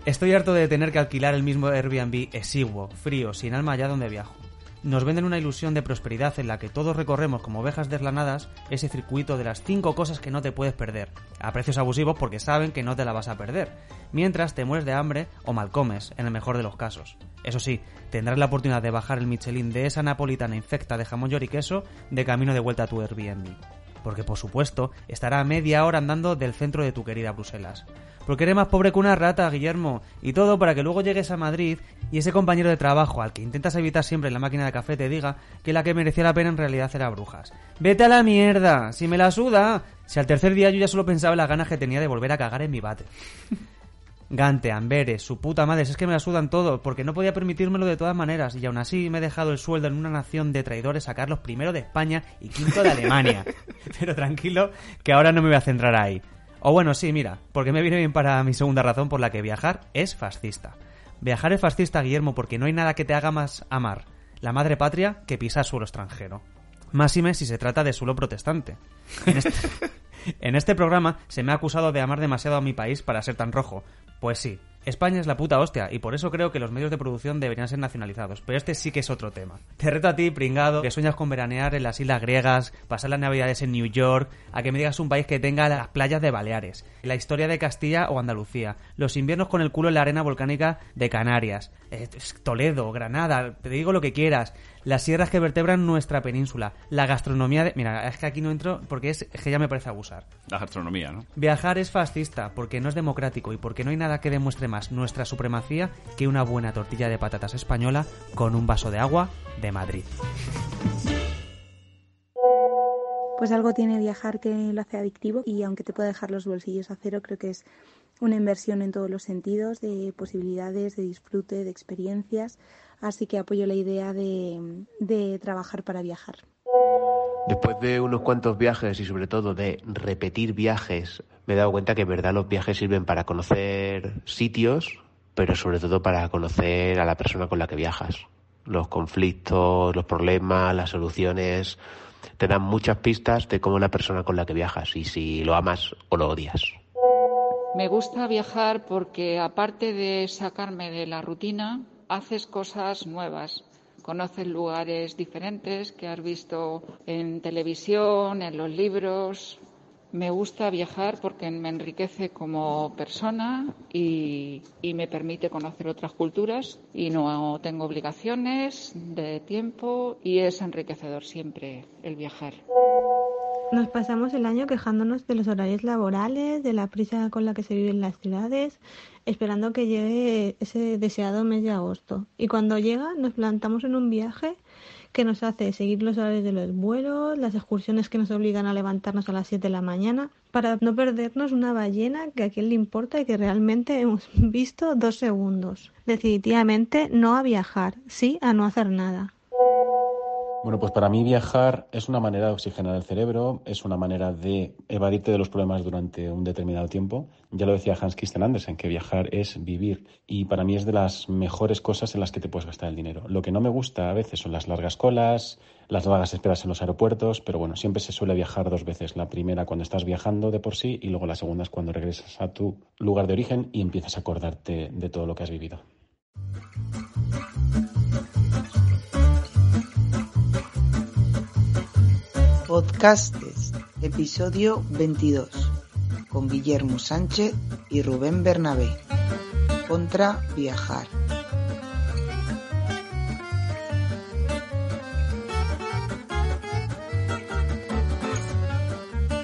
Speaker 2: Estoy harto de tener que alquilar el mismo Airbnb exiguo, frío, sin alma allá donde viajo. Nos venden una ilusión de prosperidad en la que todos recorremos como ovejas deslanadas ese circuito de las cinco cosas que no te puedes perder, a precios abusivos porque saben que no te la vas a perder, mientras te mueres de hambre o mal comes, en el mejor de los casos. Eso sí, tendrás la oportunidad de bajar el Michelin de esa napolitana infecta de jamón york y queso de camino de vuelta a tu Airbnb porque por supuesto estará a media hora andando del centro de tu querida Bruselas. Porque eres más pobre que una rata, Guillermo, y todo para que luego llegues a Madrid y ese compañero de trabajo al que intentas evitar siempre en la máquina de café te diga que la que merecía la pena en realidad era Brujas. ¡Vete a la mierda! ¡Si me la suda! Si al tercer día yo ya solo pensaba en las ganas que tenía de volver a cagar en mi bate. Gante, Amberes, su puta madre, si es que me la sudan todo, porque no podía permitírmelo de todas maneras, y aún así me he dejado el sueldo en una nación de traidores a Carlos I de España y quinto de Alemania. Pero tranquilo, que ahora no me voy a centrar ahí. O bueno, sí, mira, porque me viene bien para mi segunda razón por la que viajar es fascista. Viajar es fascista, Guillermo, porque no hay nada que te haga más amar la madre patria que pisar suelo extranjero. Máxime si se trata de suelo protestante. En este- En este programa se me ha acusado de amar demasiado a mi país para ser tan rojo. Pues sí, España es la puta hostia y por eso creo que los medios de producción deberían ser nacionalizados. Pero este sí que es otro tema. Te reto a ti, pringado, que sueñas con veranear en las islas griegas, pasar las navidades en New York, a que me digas un país que tenga las playas de Baleares, la historia de Castilla o Andalucía, los inviernos con el culo en la arena volcánica de Canarias, eh, Toledo, Granada, te digo lo que quieras, las sierras que vertebran nuestra península, la gastronomía de... Mira, es que aquí no entro porque es es que ya me parece abusar.
Speaker 1: La gastronomía, ¿no?
Speaker 2: Viajar es fascista porque no es democrático y porque no hay nada que demuestre más nuestra supremacía que una buena tortilla de patatas española con un vaso de agua de Madrid.
Speaker 8: Pues algo tiene viajar que lo hace adictivo y aunque te pueda dejar los bolsillos a cero, creo que es una inversión en todos los sentidos, de posibilidades, de disfrute, de experiencias. Así que apoyo la idea de, de trabajar para viajar.
Speaker 9: Después de unos cuantos viajes y sobre todo de repetir viajes, me he dado cuenta que en verdad los viajes sirven para conocer sitios, pero sobre todo para conocer a la persona con la que viajas. Los conflictos, los problemas, las soluciones, te dan muchas pistas de cómo es la persona con la que viajas y si lo amas o lo odias.
Speaker 10: Me gusta viajar porque aparte de sacarme de la rutina, haces cosas nuevas. Conoces lugares diferentes que has visto en televisión, en los libros. Me gusta viajar porque me enriquece como persona y, y me permite conocer otras culturas y no tengo obligaciones de tiempo y es enriquecedor siempre el viajar.
Speaker 8: Nos pasamos el año quejándonos de los horarios laborales, de la prisa con la que se vive en las ciudades, esperando que llegue ese deseado mes de agosto. Y cuando llega, nos plantamos en un viaje que nos hace seguir los horarios de los vuelos, las excursiones que nos obligan a levantarnos a las 7 de la mañana, para no perdernos una ballena que a quién le importa y que realmente hemos visto dos segundos. Definitivamente no a viajar, sí a no hacer nada.
Speaker 11: Bueno, pues para mí viajar es una manera de oxigenar el cerebro, es una manera de evadirte de los problemas durante un determinado tiempo. Ya lo decía Hans Christian Andersen, que viajar es vivir y para mí es de las mejores cosas en las que te puedes gastar el dinero. Lo que no me gusta a veces son las largas colas, las largas esperas en los aeropuertos, pero bueno, siempre se suele viajar dos veces. La primera cuando estás viajando de por sí y luego la segunda es cuando regresas a tu lugar de origen y empiezas a acordarte de todo lo que has vivido.
Speaker 12: Podcastes, episodio 22, con Guillermo Sánchez y Rubén Bernabé. Contra viajar.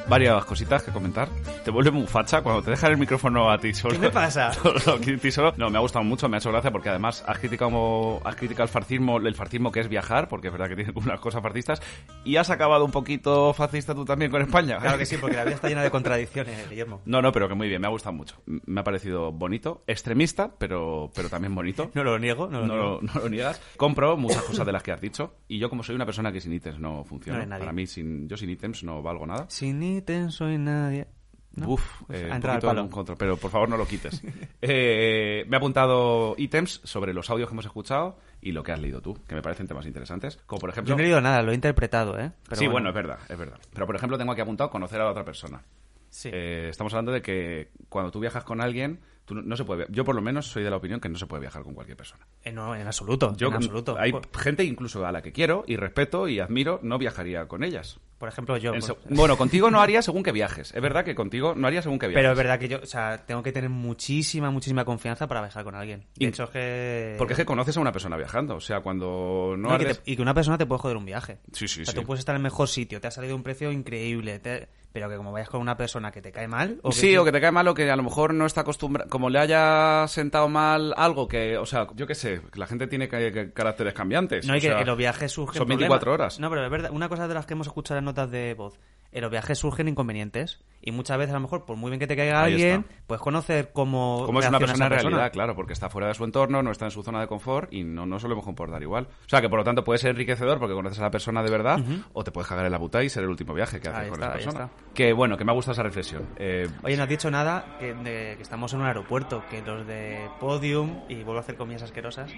Speaker 1: Varias cositas que comentar. Te vuelve muy facha cuando te dejan el micrófono a ti solo.
Speaker 2: ¿Qué me pasa?
Speaker 1: Solo, a ti solo. No, me ha gustado mucho, me ha hecho gracia porque además has criticado, has criticado el farcismo, el farcismo que es viajar, porque es verdad que tiene unas cosas farcistas, y has acabado un poquito fascista tú también con España.
Speaker 2: Claro que sí, porque la vida está llena de contradicciones, Guillermo.
Speaker 1: No, no, pero que muy bien, me ha gustado mucho. M- Me ha parecido bonito, extremista, pero, pero también bonito.
Speaker 2: No lo niego, no lo niego.
Speaker 1: no lo niegas. Compro muchas cosas de las que has dicho, y yo como soy una persona que sin ítems no funciona,
Speaker 2: No eres nadie.
Speaker 1: para mí sin, yo sin ítems no valgo nada.
Speaker 2: Sin ítem soy nadie. ¿no?
Speaker 1: Uf,
Speaker 2: Pues
Speaker 1: eh,
Speaker 2: ha
Speaker 1: un
Speaker 2: entrado al
Speaker 1: poquito
Speaker 2: palo.
Speaker 1: en contra, pero por favor no lo quites. Eh, me ha apuntado ítems sobre los audios que hemos escuchado y lo que has leído tú, que me parecen temas interesantes. Como por ejemplo...
Speaker 2: Yo no he leído nada, lo he interpretado, ¿eh? Pero
Speaker 1: sí, bueno. es verdad, es verdad. Pero por ejemplo tengo aquí apuntado conocer a la otra persona.
Speaker 2: Sí.
Speaker 1: Eh, estamos hablando de que cuando tú viajas con alguien, tú no, no se puede... via- Yo por lo menos soy de la opinión que no se puede viajar con cualquier persona.
Speaker 2: Eh, no, en absoluto.
Speaker 1: Yo
Speaker 2: en absoluto. Pues
Speaker 1: Hay
Speaker 2: Por,
Speaker 1: gente incluso a la que quiero y respeto y admiro, no viajaría con ellas.
Speaker 2: por ejemplo, yo.
Speaker 1: En
Speaker 2: pues,
Speaker 1: se- bueno, contigo no haría según que viajes. Es verdad que contigo no haría según que viajes.
Speaker 2: pero es verdad que yo, o sea, tengo que tener muchísima, muchísima confianza para viajar con alguien. De
Speaker 1: Y-
Speaker 2: hecho, es que.
Speaker 1: Porque es que conoces a una persona viajando. O sea, cuando no,
Speaker 2: No, y, que
Speaker 1: ardes-
Speaker 2: te- y que una persona te puede joder un viaje.
Speaker 1: Sí, sí,
Speaker 2: O sea,
Speaker 1: sí.
Speaker 2: tú puedes estar en el mejor sitio, te ha salido un precio increíble, te- pero que como vayas con una persona que te cae mal. O que
Speaker 1: Sí, o que te cae mal o que a lo mejor no está acostumbrado. Como le haya sentado mal algo que. O sea, yo qué sé, que la gente tiene ca- ca- caracteres cambiantes.
Speaker 2: No,
Speaker 1: o
Speaker 2: y que
Speaker 1: sea,
Speaker 2: en los viajes surgen.
Speaker 1: Son
Speaker 2: problemas.
Speaker 1: 24 horas.
Speaker 2: No, pero es verdad, una cosa de las que hemos escuchado en las notas de voz. En los viajes surgen inconvenientes. Y muchas veces, a lo mejor, por muy bien que te caiga
Speaker 1: Ahí
Speaker 2: alguien,
Speaker 1: está.
Speaker 2: puedes conocer cómo.
Speaker 1: Como es una
Speaker 2: reacciona
Speaker 1: persona en
Speaker 2: esa
Speaker 1: realidad, claro, porque está fuera de su entorno, no está en su zona de confort y no, no solemos comportar igual. O sea, que por lo tanto puede ser enriquecedor porque conoces a la persona de verdad o te puedes cagar en la puta y ser el último viaje que haces
Speaker 2: Ahí
Speaker 1: con
Speaker 2: está, ahí
Speaker 1: esa persona. Que bueno, que me ha gustado esa reflexión. Eh,
Speaker 2: Oye, no has dicho nada que, de- que estamos en un aeropuerto, que los de Podium, y vuelvo a hacer comillas asquerosas,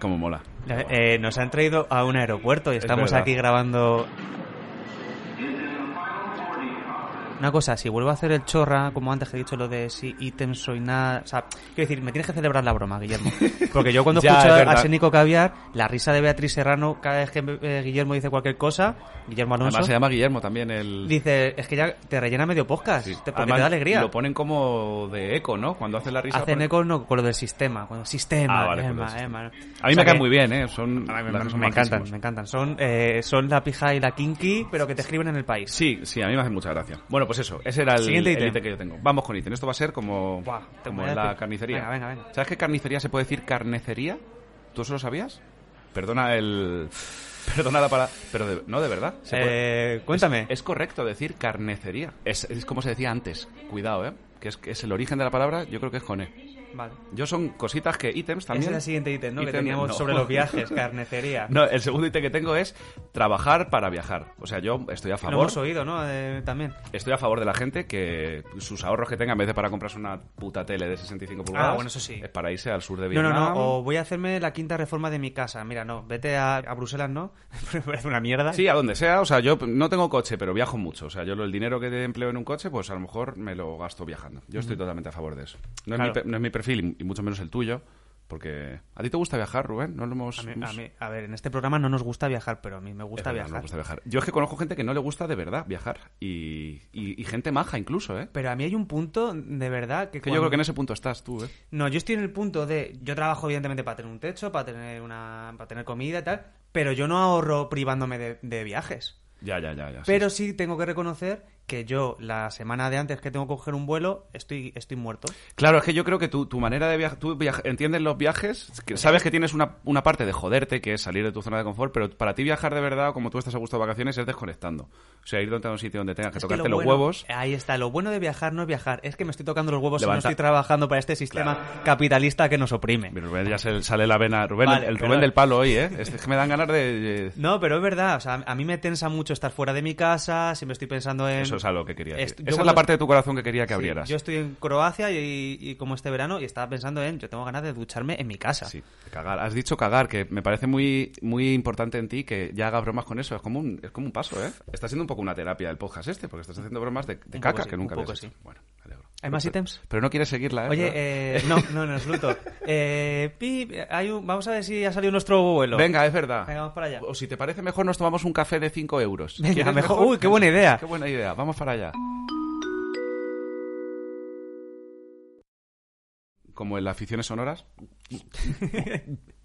Speaker 1: como mola.
Speaker 2: eh, nos han traído a un aeropuerto y estamos
Speaker 1: verdad.
Speaker 2: aquí grabando. Una cosa, si vuelvo a hacer el chorra, como antes que he dicho lo de si ítem soy nada. O sea, quiero decir, me tienes que celebrar la broma, Guillermo. Porque yo cuando
Speaker 1: Ya,
Speaker 2: escucho
Speaker 1: es
Speaker 2: a
Speaker 1: verdad.
Speaker 2: Arsénico Caviar, la risa de Beatriz Serrano cada vez que eh, Guillermo dice cualquier cosa, Guillermo Alonso,
Speaker 1: Además se llama Guillermo también el.
Speaker 2: dice, es que ya te rellena medio podcast,
Speaker 1: Sí.
Speaker 2: te- porque
Speaker 1: Además,
Speaker 2: te da alegría.
Speaker 1: Lo ponen como de eco, ¿no? Cuando hacen la risa. pues,
Speaker 2: Hacen
Speaker 1: ponen-
Speaker 2: eco no, con lo del sistema, con el sistema,
Speaker 1: Ah, vale, con lo
Speaker 2: Emma,
Speaker 1: del sistema.
Speaker 2: Emma.
Speaker 1: A mí
Speaker 2: O sea
Speaker 1: me caen
Speaker 2: que-
Speaker 1: muy bien, ¿eh? Son,
Speaker 2: A mí
Speaker 1: la
Speaker 2: me,
Speaker 1: verdad son
Speaker 2: me encantan,
Speaker 1: majísimos.
Speaker 2: me encantan. Son, eh, son la pija y la kinky, pero que te escriben en el país.
Speaker 1: Sí, sí, a mí me hace mucha gracia. Bueno, pues eso, ese era el,
Speaker 2: Siguiente
Speaker 1: el
Speaker 2: ítem.
Speaker 1: que yo tengo. Vamos con ítem. Esto va a ser como,
Speaker 2: Buah, te
Speaker 1: como
Speaker 2: voy a
Speaker 1: en la
Speaker 2: decir.
Speaker 1: carnicería.
Speaker 2: Venga, venga, venga.
Speaker 1: ¿Sabes qué carnicería se puede decir carnecería? ¿Tú eso lo sabías? Perdona el... Perdona la palabra... Pero de- no, de verdad. Se puede-
Speaker 2: Eh, cuéntame.
Speaker 1: Es correcto decir carnecería. Es, es como se decía antes. Cuidado, ¿eh? Que es, que es el origen de la palabra, yo creo que es con E.
Speaker 2: Vale.
Speaker 1: Yo son cositas que ítems también.
Speaker 2: Ese era el siguiente ítem, ¿no? que
Speaker 1: Ítem,
Speaker 2: teníamos
Speaker 1: no.
Speaker 2: sobre los viajes, carnecería.
Speaker 1: No, el segundo ítem que tengo es trabajar para viajar. O sea, yo estoy a
Speaker 2: Lo
Speaker 1: favor.
Speaker 2: hemos oído, ¿no? Eh, también.
Speaker 1: Estoy a favor de la gente que sus ahorros que tenga en vez de para comprarse una puta tele de 65 pulgadas.
Speaker 2: Ah, bueno, eso sí.
Speaker 1: Es para irse al sur de
Speaker 2: No, no,
Speaker 1: Vietnam.
Speaker 2: no. O voy a hacerme la quinta reforma de mi casa. Mira, no. Vete a, a Bruselas, ¿no? Me parece una mierda.
Speaker 1: Sí, a donde sea. O sea, yo no tengo coche, pero viajo mucho. O sea, yo lo- el dinero que empleo en un coche, pues a lo mejor me lo gasto viajando. Yo estoy
Speaker 2: Ujú.
Speaker 1: totalmente a favor de eso. No,
Speaker 2: Claro.
Speaker 1: es, mi, pe- no es mi perfil, y mucho menos el tuyo. Porque... ¿A ti te gusta viajar, Rubén? No lo hemos...
Speaker 2: A, mí-
Speaker 1: hemos-
Speaker 2: a mí- a ver, en este programa no nos gusta viajar, pero a mí me
Speaker 1: Es
Speaker 2: gusta
Speaker 1: verdad,
Speaker 2: viajar.
Speaker 1: no me gusta viajar. Yo es que conozco gente que no le gusta de verdad viajar. Y, y- y gente maja incluso, ¿eh?
Speaker 2: Pero a mí hay un punto, de verdad, que...
Speaker 1: Que yo
Speaker 2: cuando-
Speaker 1: creo que en ese punto estás tú, ¿eh?
Speaker 2: No, yo estoy en el punto de. Yo trabajo, evidentemente, para tener un techo, para tener una. para tener comida y tal. Pero yo no ahorro privándome de, de viajes.
Speaker 1: Ya, ya, ya. ya sí,
Speaker 2: Pero sí tengo que reconocer que yo, la semana de antes que tengo que coger un vuelo, estoy, estoy muerto.
Speaker 1: Claro, es que yo creo que tu, tu manera de viajar, tú viaj- entiendes los viajes, que sabes que tienes una, una parte de joderte, que es salir de tu zona de confort, pero para ti viajar de verdad, como tú estás a gusto de vacaciones, es desconectando. O sea, ir a un sitio donde tengas que
Speaker 2: Es
Speaker 1: tocarte
Speaker 2: lo
Speaker 1: los
Speaker 2: bueno-
Speaker 1: huevos.
Speaker 2: Ahí está, lo bueno de viajar no es viajar, es que me estoy tocando los huevos y
Speaker 1: Levanta-
Speaker 2: no estoy trabajando para este sistema capitalista que nos oprime.
Speaker 1: Rubén ya se- sale la vena, Rubén,
Speaker 2: Vale,
Speaker 1: el Rubén
Speaker 2: perdón.
Speaker 1: del palo hoy, ¿eh? Es que me dan ganas de... de-
Speaker 2: No, pero es verdad, o sea, a mí me tensa mucho estar fuera de mi casa, siempre estoy pensando
Speaker 1: Eso
Speaker 2: en...
Speaker 1: es a lo que quería decir.
Speaker 2: Est- yo
Speaker 1: Esa es
Speaker 2: cuando-
Speaker 1: la parte de tu corazón que quería que
Speaker 2: Sí,
Speaker 1: abrieras.
Speaker 2: yo estoy en Croacia y, y como este verano y estaba pensando en, yo tengo ganas de ducharme en mi casa.
Speaker 1: Sí, cagar. Has dicho cagar, que me parece muy, muy importante en ti que ya hagas bromas con eso. Es como un, es como un paso, ¿eh? Está siendo un poco una terapia el podcast este, porque estás haciendo bromas de, de
Speaker 2: Un poco
Speaker 1: caca
Speaker 2: sí,
Speaker 1: que nunca
Speaker 2: un poco
Speaker 1: habías
Speaker 2: sí.
Speaker 1: hecho. Bueno, me alegro.
Speaker 2: ¿Hay más
Speaker 1: Pero-
Speaker 2: ítems?
Speaker 1: Pero no quieres seguirla, ¿eh?
Speaker 2: Oye,
Speaker 1: ¿Verdad?
Speaker 2: eh, no, no, no, es luto. Eh, pi, hay un- vamos a ver si ha salido nuestro vuelo.
Speaker 1: Venga, es verdad.
Speaker 2: Venga, vamos para allá.
Speaker 1: O si te parece mejor, nos tomamos un café de 5 euros.
Speaker 2: Venga,
Speaker 1: ¿Quieres
Speaker 2: mejor- uy, qué buena idea.
Speaker 1: Qué buena idea. Vamos para allá. Como en las aficiones sonoras.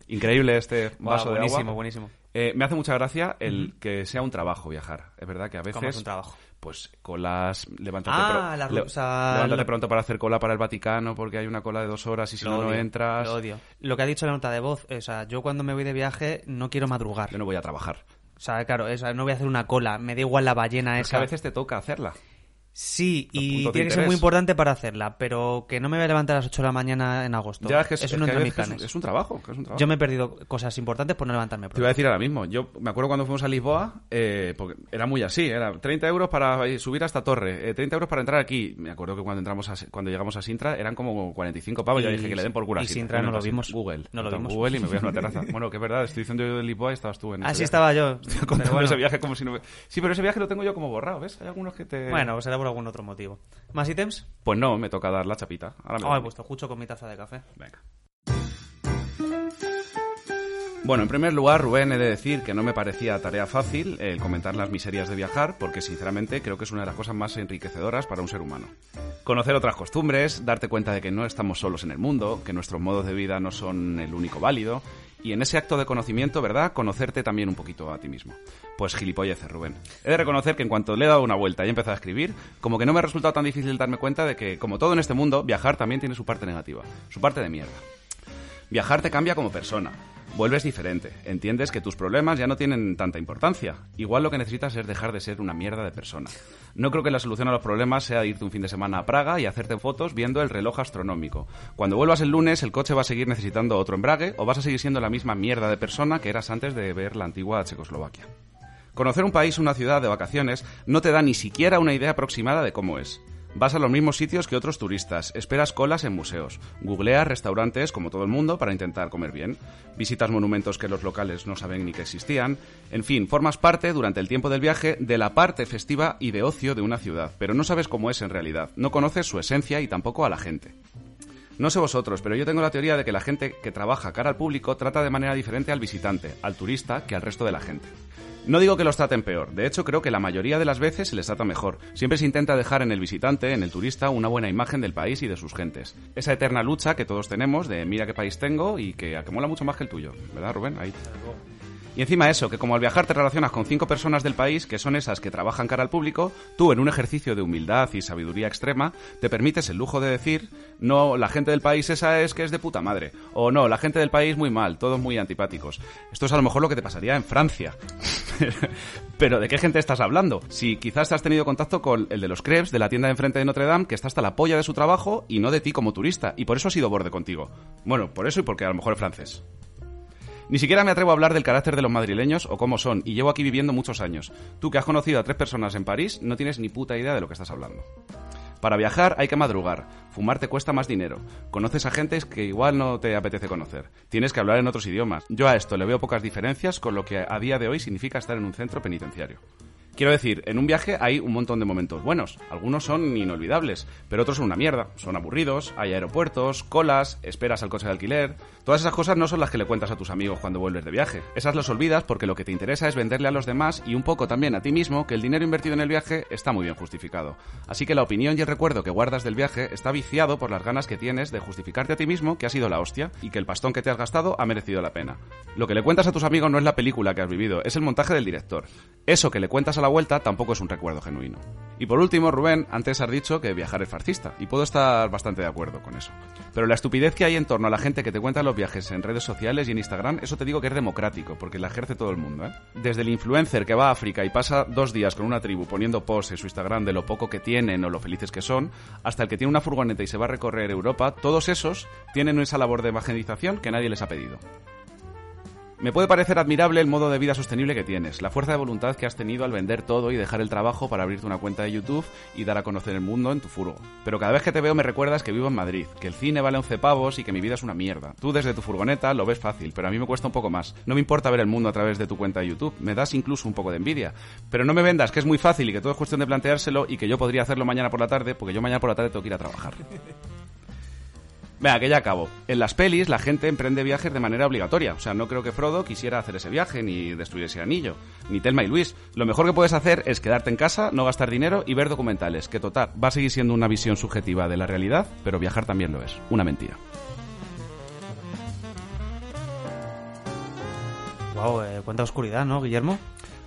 Speaker 1: Increíble este
Speaker 2: Buah,
Speaker 1: vaso de agua.
Speaker 2: buenísimo, buenísimo.
Speaker 1: Eh, me hace mucha gracia el que sea un trabajo viajar. Es verdad que a veces.
Speaker 2: es un trabajo?
Speaker 1: Pues colas. Levántate,
Speaker 2: Ah,
Speaker 1: pro-
Speaker 2: la ru-
Speaker 1: le-
Speaker 2: o sea,
Speaker 1: levántate
Speaker 2: lo-
Speaker 1: pronto para hacer cola para el Vaticano porque hay una cola de dos horas y si
Speaker 2: Lo
Speaker 1: no, no
Speaker 2: odio,
Speaker 1: entras.
Speaker 2: Lo odio. Lo que ha dicho la nota de voz, eh, o sea, yo cuando me voy de viaje no quiero madrugar.
Speaker 1: Yo no voy a trabajar.
Speaker 2: O sea, claro, o sea, no voy a hacer una cola, me da igual la ballena
Speaker 1: Es que
Speaker 2: esa.
Speaker 1: a veces te toca hacerla.
Speaker 2: Sí,
Speaker 1: Los
Speaker 2: y
Speaker 1: puntos de
Speaker 2: tiene que ser muy
Speaker 1: interés.
Speaker 2: importante para hacerla, pero que no me voy a levantar a las 8 de la mañana en agosto.
Speaker 1: Ya, es que es-
Speaker 2: Eso
Speaker 1: es
Speaker 2: no
Speaker 1: que
Speaker 2: entra
Speaker 1: hay
Speaker 2: en mis
Speaker 1: veces que es
Speaker 2: planes.
Speaker 1: un- es un trabajo, que es un trabajo.
Speaker 2: Yo me he perdido cosas importantes por no levantarme
Speaker 1: Te
Speaker 2: pronto.
Speaker 1: iba a decir ahora mismo. Yo me acuerdo cuando fuimos a Lisboa, eh, porque era muy así, era 30 euros para eh, subir a esta torre, eh, 30 euros para entrar aquí. Me acuerdo que cuando entramos a- cuando llegamos a Sintra eran como 45 pavos. Ya
Speaker 2: Y-
Speaker 1: dije que le den por culo a
Speaker 2: y Sintra no
Speaker 1: Bueno,
Speaker 2: lo
Speaker 1: así,
Speaker 2: vimos.
Speaker 1: Google.
Speaker 2: No lo
Speaker 1: Entonces,
Speaker 2: vimos.
Speaker 1: Google y me voy a una terraza. bueno, que es verdad, estoy diciendo yo de Lisboa y estabas tú en ese
Speaker 2: Así
Speaker 1: viaje.
Speaker 2: estaba yo.
Speaker 1: Estoy
Speaker 2: pero
Speaker 1: contando
Speaker 2: bueno.
Speaker 1: ese viaje como si no... hubiera- Sí, pero ese viaje lo tengo yo como borrado, ¿ves? Hay algunos que te...
Speaker 2: Bueno, pues será por algún otro motivo. ¿Más ítems?
Speaker 1: Pues no, me toca dar la chapita. Ahora me
Speaker 2: Ah, he
Speaker 1: voy.
Speaker 2: puesto Jucho con mi taza de café.
Speaker 1: Venga. Bueno, en primer lugar, Rubén, he de decir que no me parecía tarea fácil el comentar las miserias de viajar, porque sinceramente creo que es una de las cosas más enriquecedoras para un ser humano. Conocer otras costumbres, darte cuenta de que no estamos solos en el mundo, que nuestros modos de vida no son el único válido, y en ese acto de conocimiento, ¿verdad?, conocerte también un poquito a ti mismo. Pues gilipolleces, Rubén. He de reconocer que en cuanto le he dado una vuelta y he empezado a escribir, como que no me ha resultado tan difícil darme cuenta de que, como todo en este mundo, viajar también tiene su parte negativa, su parte de mierda. Viajar te cambia como persona. Vuelves diferente. Entiendes que tus problemas ya no tienen tanta importancia. Igual lo que necesitas es dejar de ser una mierda de persona. No creo que la solución a los problemas sea irte un fin de semana a Praga y hacerte fotos viendo el reloj astronómico. Cuando vuelvas el lunes, el coche va a seguir necesitando otro embrague o vas a seguir siendo la misma mierda de persona que eras antes de ver la antigua Checoslovaquia. Conocer un país o una ciudad de vacaciones no te da ni siquiera una idea aproximada de cómo es. Vas a los mismos sitios que otros turistas, esperas colas en museos, googleas restaurantes como todo el mundo para intentar comer bien, visitas monumentos que los locales no saben ni que existían, en fin, formas parte durante el tiempo del viaje de la parte festiva y de ocio de una ciudad, pero no sabes cómo es en realidad, no conoces su esencia y tampoco a la gente. No sé vosotros, pero yo tengo la teoría de que la gente que trabaja cara al público trata de manera diferente al visitante, al turista, que al resto de la gente. No digo que los traten peor, de hecho creo que la mayoría de las veces se les trata mejor. Siempre se intenta dejar en el visitante, en el turista, una buena imagen del país y de sus gentes. Esa eterna lucha que todos tenemos de mira qué país tengo y que, a que mola mucho más que el tuyo, ¿verdad Rubén? Ahí. Y encima eso, que como al viajar te relacionas con cinco personas del país, que son esas que trabajan cara al público, tú en un ejercicio de humildad y sabiduría extrema, te permites el lujo de decir, no, la gente del país esa es que es de puta madre, o no, la gente del país muy mal, todos muy antipáticos. Esto es a lo mejor lo que te pasaría en Francia. Pero ¿de qué gente estás hablando? Si quizás has tenido contacto con el de los crepes de la tienda de enfrente de Notre Dame, que está hasta la polla de su trabajo y no de ti como turista, y por eso ha sido borde contigo. Bueno, por eso y porque a lo mejor es francés. Ni siquiera me atrevo a hablar del carácter de los madrileños o cómo son, y llevo aquí viviendo muchos años. Tú que has conocido a tres personas en París, no tienes ni puta idea de lo que estás hablando. Para viajar hay que madrugar, fumar te cuesta más dinero, conoces a gente que igual no te apetece conocer, tienes que hablar en otros idiomas. Yo a esto le veo pocas diferencias con lo que a día de hoy significa estar en un centro penitenciario. Quiero decir, en un viaje hay un montón de momentos buenos, algunos son inolvidables, pero otros son una mierda, son aburridos, hay aeropuertos, colas, esperas al coche de alquiler. Todas esas cosas no son las que le cuentas a tus amigos cuando vuelves de viaje. Esas las olvidas porque lo que te interesa es venderle a los demás y un poco también a ti mismo que el dinero invertido en el viaje está muy bien justificado. Así que la opinión y el recuerdo que guardas del viaje está viciado por las ganas que tienes de justificarte a ti mismo que ha sido la hostia y que el pastón que te has gastado ha merecido la pena. Lo que le cuentas a tus amigos no es la película que has vivido, es el montaje del director. Eso que le cuentas a la vuelta tampoco es un recuerdo genuino. Y por último, Rubén, antes has dicho que viajar es farcista, y puedo estar bastante de acuerdo con eso. Pero la estupidez que hay en torno a la gente que te cuenta los viajes en redes sociales y en Instagram, eso te digo que es democrático, porque la ejerce todo el mundo, ¿eh? Desde el influencer que va a África y pasa dos días con una tribu poniendo posts en su Instagram de lo poco que tienen o lo felices que son, hasta el que tiene una furgoneta y se va a recorrer Europa, todos esos tienen esa labor de evangelización que nadie les ha pedido. Me puede parecer admirable el modo de vida sostenible que tienes, la fuerza de voluntad que has tenido al vender todo y dejar el trabajo para abrirte una cuenta de YouTube y dar a conocer el mundo en tu furgo. Pero cada vez que te veo me recuerdas que vivo en Madrid, que el cine vale 11 pavos y que mi vida es una mierda. Tú desde tu furgoneta lo ves fácil, pero a mí me cuesta un poco más. No me importa ver el mundo a través de tu cuenta de YouTube, me das incluso un poco de envidia. Pero no me vendas que es muy fácil y que todo es cuestión de planteárselo y que yo podría hacerlo mañana por la tarde, porque yo mañana por la tarde tengo que ir a trabajar. Venga, que ya acabo. En las pelis la gente emprende viajes de manera obligatoria. O sea, no creo que Frodo quisiera hacer ese viaje, ni destruir ese anillo, ni Telma y Luis. Lo mejor que puedes hacer es quedarte en casa, no gastar dinero y ver documentales, que total, va a seguir siendo una visión subjetiva de la realidad, pero viajar también lo es. Una mentira.
Speaker 2: Wow, eh, cuánta oscuridad, ¿no, Guillermo?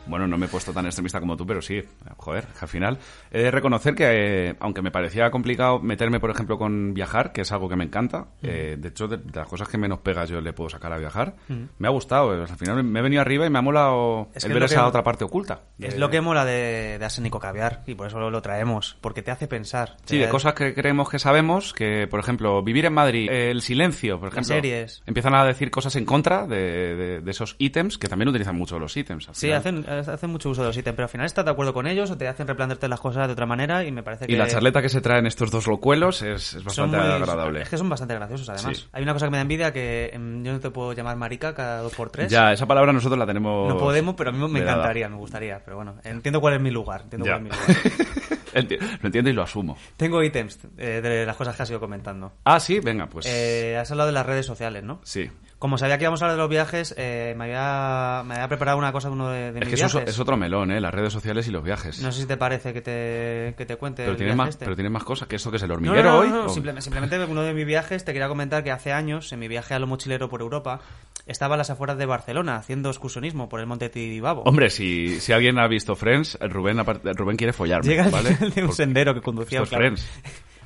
Speaker 1: Bueno, no me he puesto tan extremista como tú, pero sí, joder, al final he de reconocer que, eh, aunque me parecía complicado meterme, por ejemplo, con viajar, que es algo que me encanta, eh, de hecho, de, de las cosas que menos pegas yo le puedo sacar a viajar,
Speaker 2: Mm.
Speaker 1: me ha gustado, eh, al final me he venido arriba y me ha molado
Speaker 2: Es
Speaker 1: el
Speaker 2: que
Speaker 1: ver
Speaker 2: lo que-
Speaker 1: esa otra parte oculta.
Speaker 2: Es
Speaker 1: Eh,
Speaker 2: lo que mola de, de Arsénico Caviar y por eso lo, lo traemos, porque te hace pensar.
Speaker 1: Sí,
Speaker 2: Te-
Speaker 1: de cosas que creemos que sabemos, que por ejemplo, vivir en Madrid, eh, el silencio, por
Speaker 2: Las
Speaker 1: ejemplo.
Speaker 2: series.
Speaker 1: Empiezan a decir cosas en contra de, de- de esos ítems, que también utilizan mucho los ítems. al
Speaker 2: Sí,
Speaker 1: final.
Speaker 2: hacen, eh, hacen mucho uso de los ítems, pero al final estás de acuerdo con ellos o te hacen replantearte las cosas de otra manera y me parece que...
Speaker 1: Y la charleta que se traen estos dos locuelos es, es
Speaker 2: son
Speaker 1: bastante
Speaker 2: muy-
Speaker 1: agradable.
Speaker 2: Es que son bastante graciosos, además.
Speaker 1: Sí.
Speaker 2: Hay una cosa que me da envidia, que mm, yo no te puedo llamar marica cada dos por tres.
Speaker 1: Ya, pues, esa palabra nosotros la tenemos.
Speaker 2: No podemos, pero a mí me
Speaker 1: vedada.
Speaker 2: encantaría, me gustaría. Pero bueno, entiendo cuál es mi lugar. Entiendo
Speaker 1: Ya.
Speaker 2: cuál es mi lugar.
Speaker 1: Enti- lo entiendo y lo asumo.
Speaker 2: Tengo ítems eh, de las cosas que has ido comentando.
Speaker 1: Ah, sí, venga, pues.
Speaker 2: Eh, has hablado de las redes sociales, ¿no?
Speaker 1: sí.
Speaker 2: Como sabía que íbamos a hablar de los viajes, eh, me, había, me había preparado una cosa de uno de, de
Speaker 1: Es
Speaker 2: mis
Speaker 1: que eso
Speaker 2: viajes.
Speaker 1: es- es otro melón, ¿eh? Las redes sociales y los viajes.
Speaker 2: No sé si te parece que te, que te cuente
Speaker 1: pero,
Speaker 2: el
Speaker 1: tiene
Speaker 2: viaje
Speaker 1: más,
Speaker 2: este.
Speaker 1: pero tiene más cosas. ¿Que esto que es el
Speaker 2: No, no,
Speaker 1: hormiguero
Speaker 2: no,
Speaker 1: hoy?
Speaker 2: no,
Speaker 1: ¿O-
Speaker 2: simple- simplemente uno de mis viajes te quería comentar que hace años, en mi viaje a lo mochilero por Europa, estaba a las afueras de Barcelona haciendo excursionismo por el monte Tibidabo.
Speaker 1: Hombre, si, si alguien ha visto Friends, Rubén, aparte- Rubén quiere follarme,
Speaker 2: Llega al
Speaker 1: ¿vale?
Speaker 2: final de un
Speaker 1: Porque
Speaker 2: sendero que conducía
Speaker 1: esto es
Speaker 2: claro.
Speaker 1: Friends.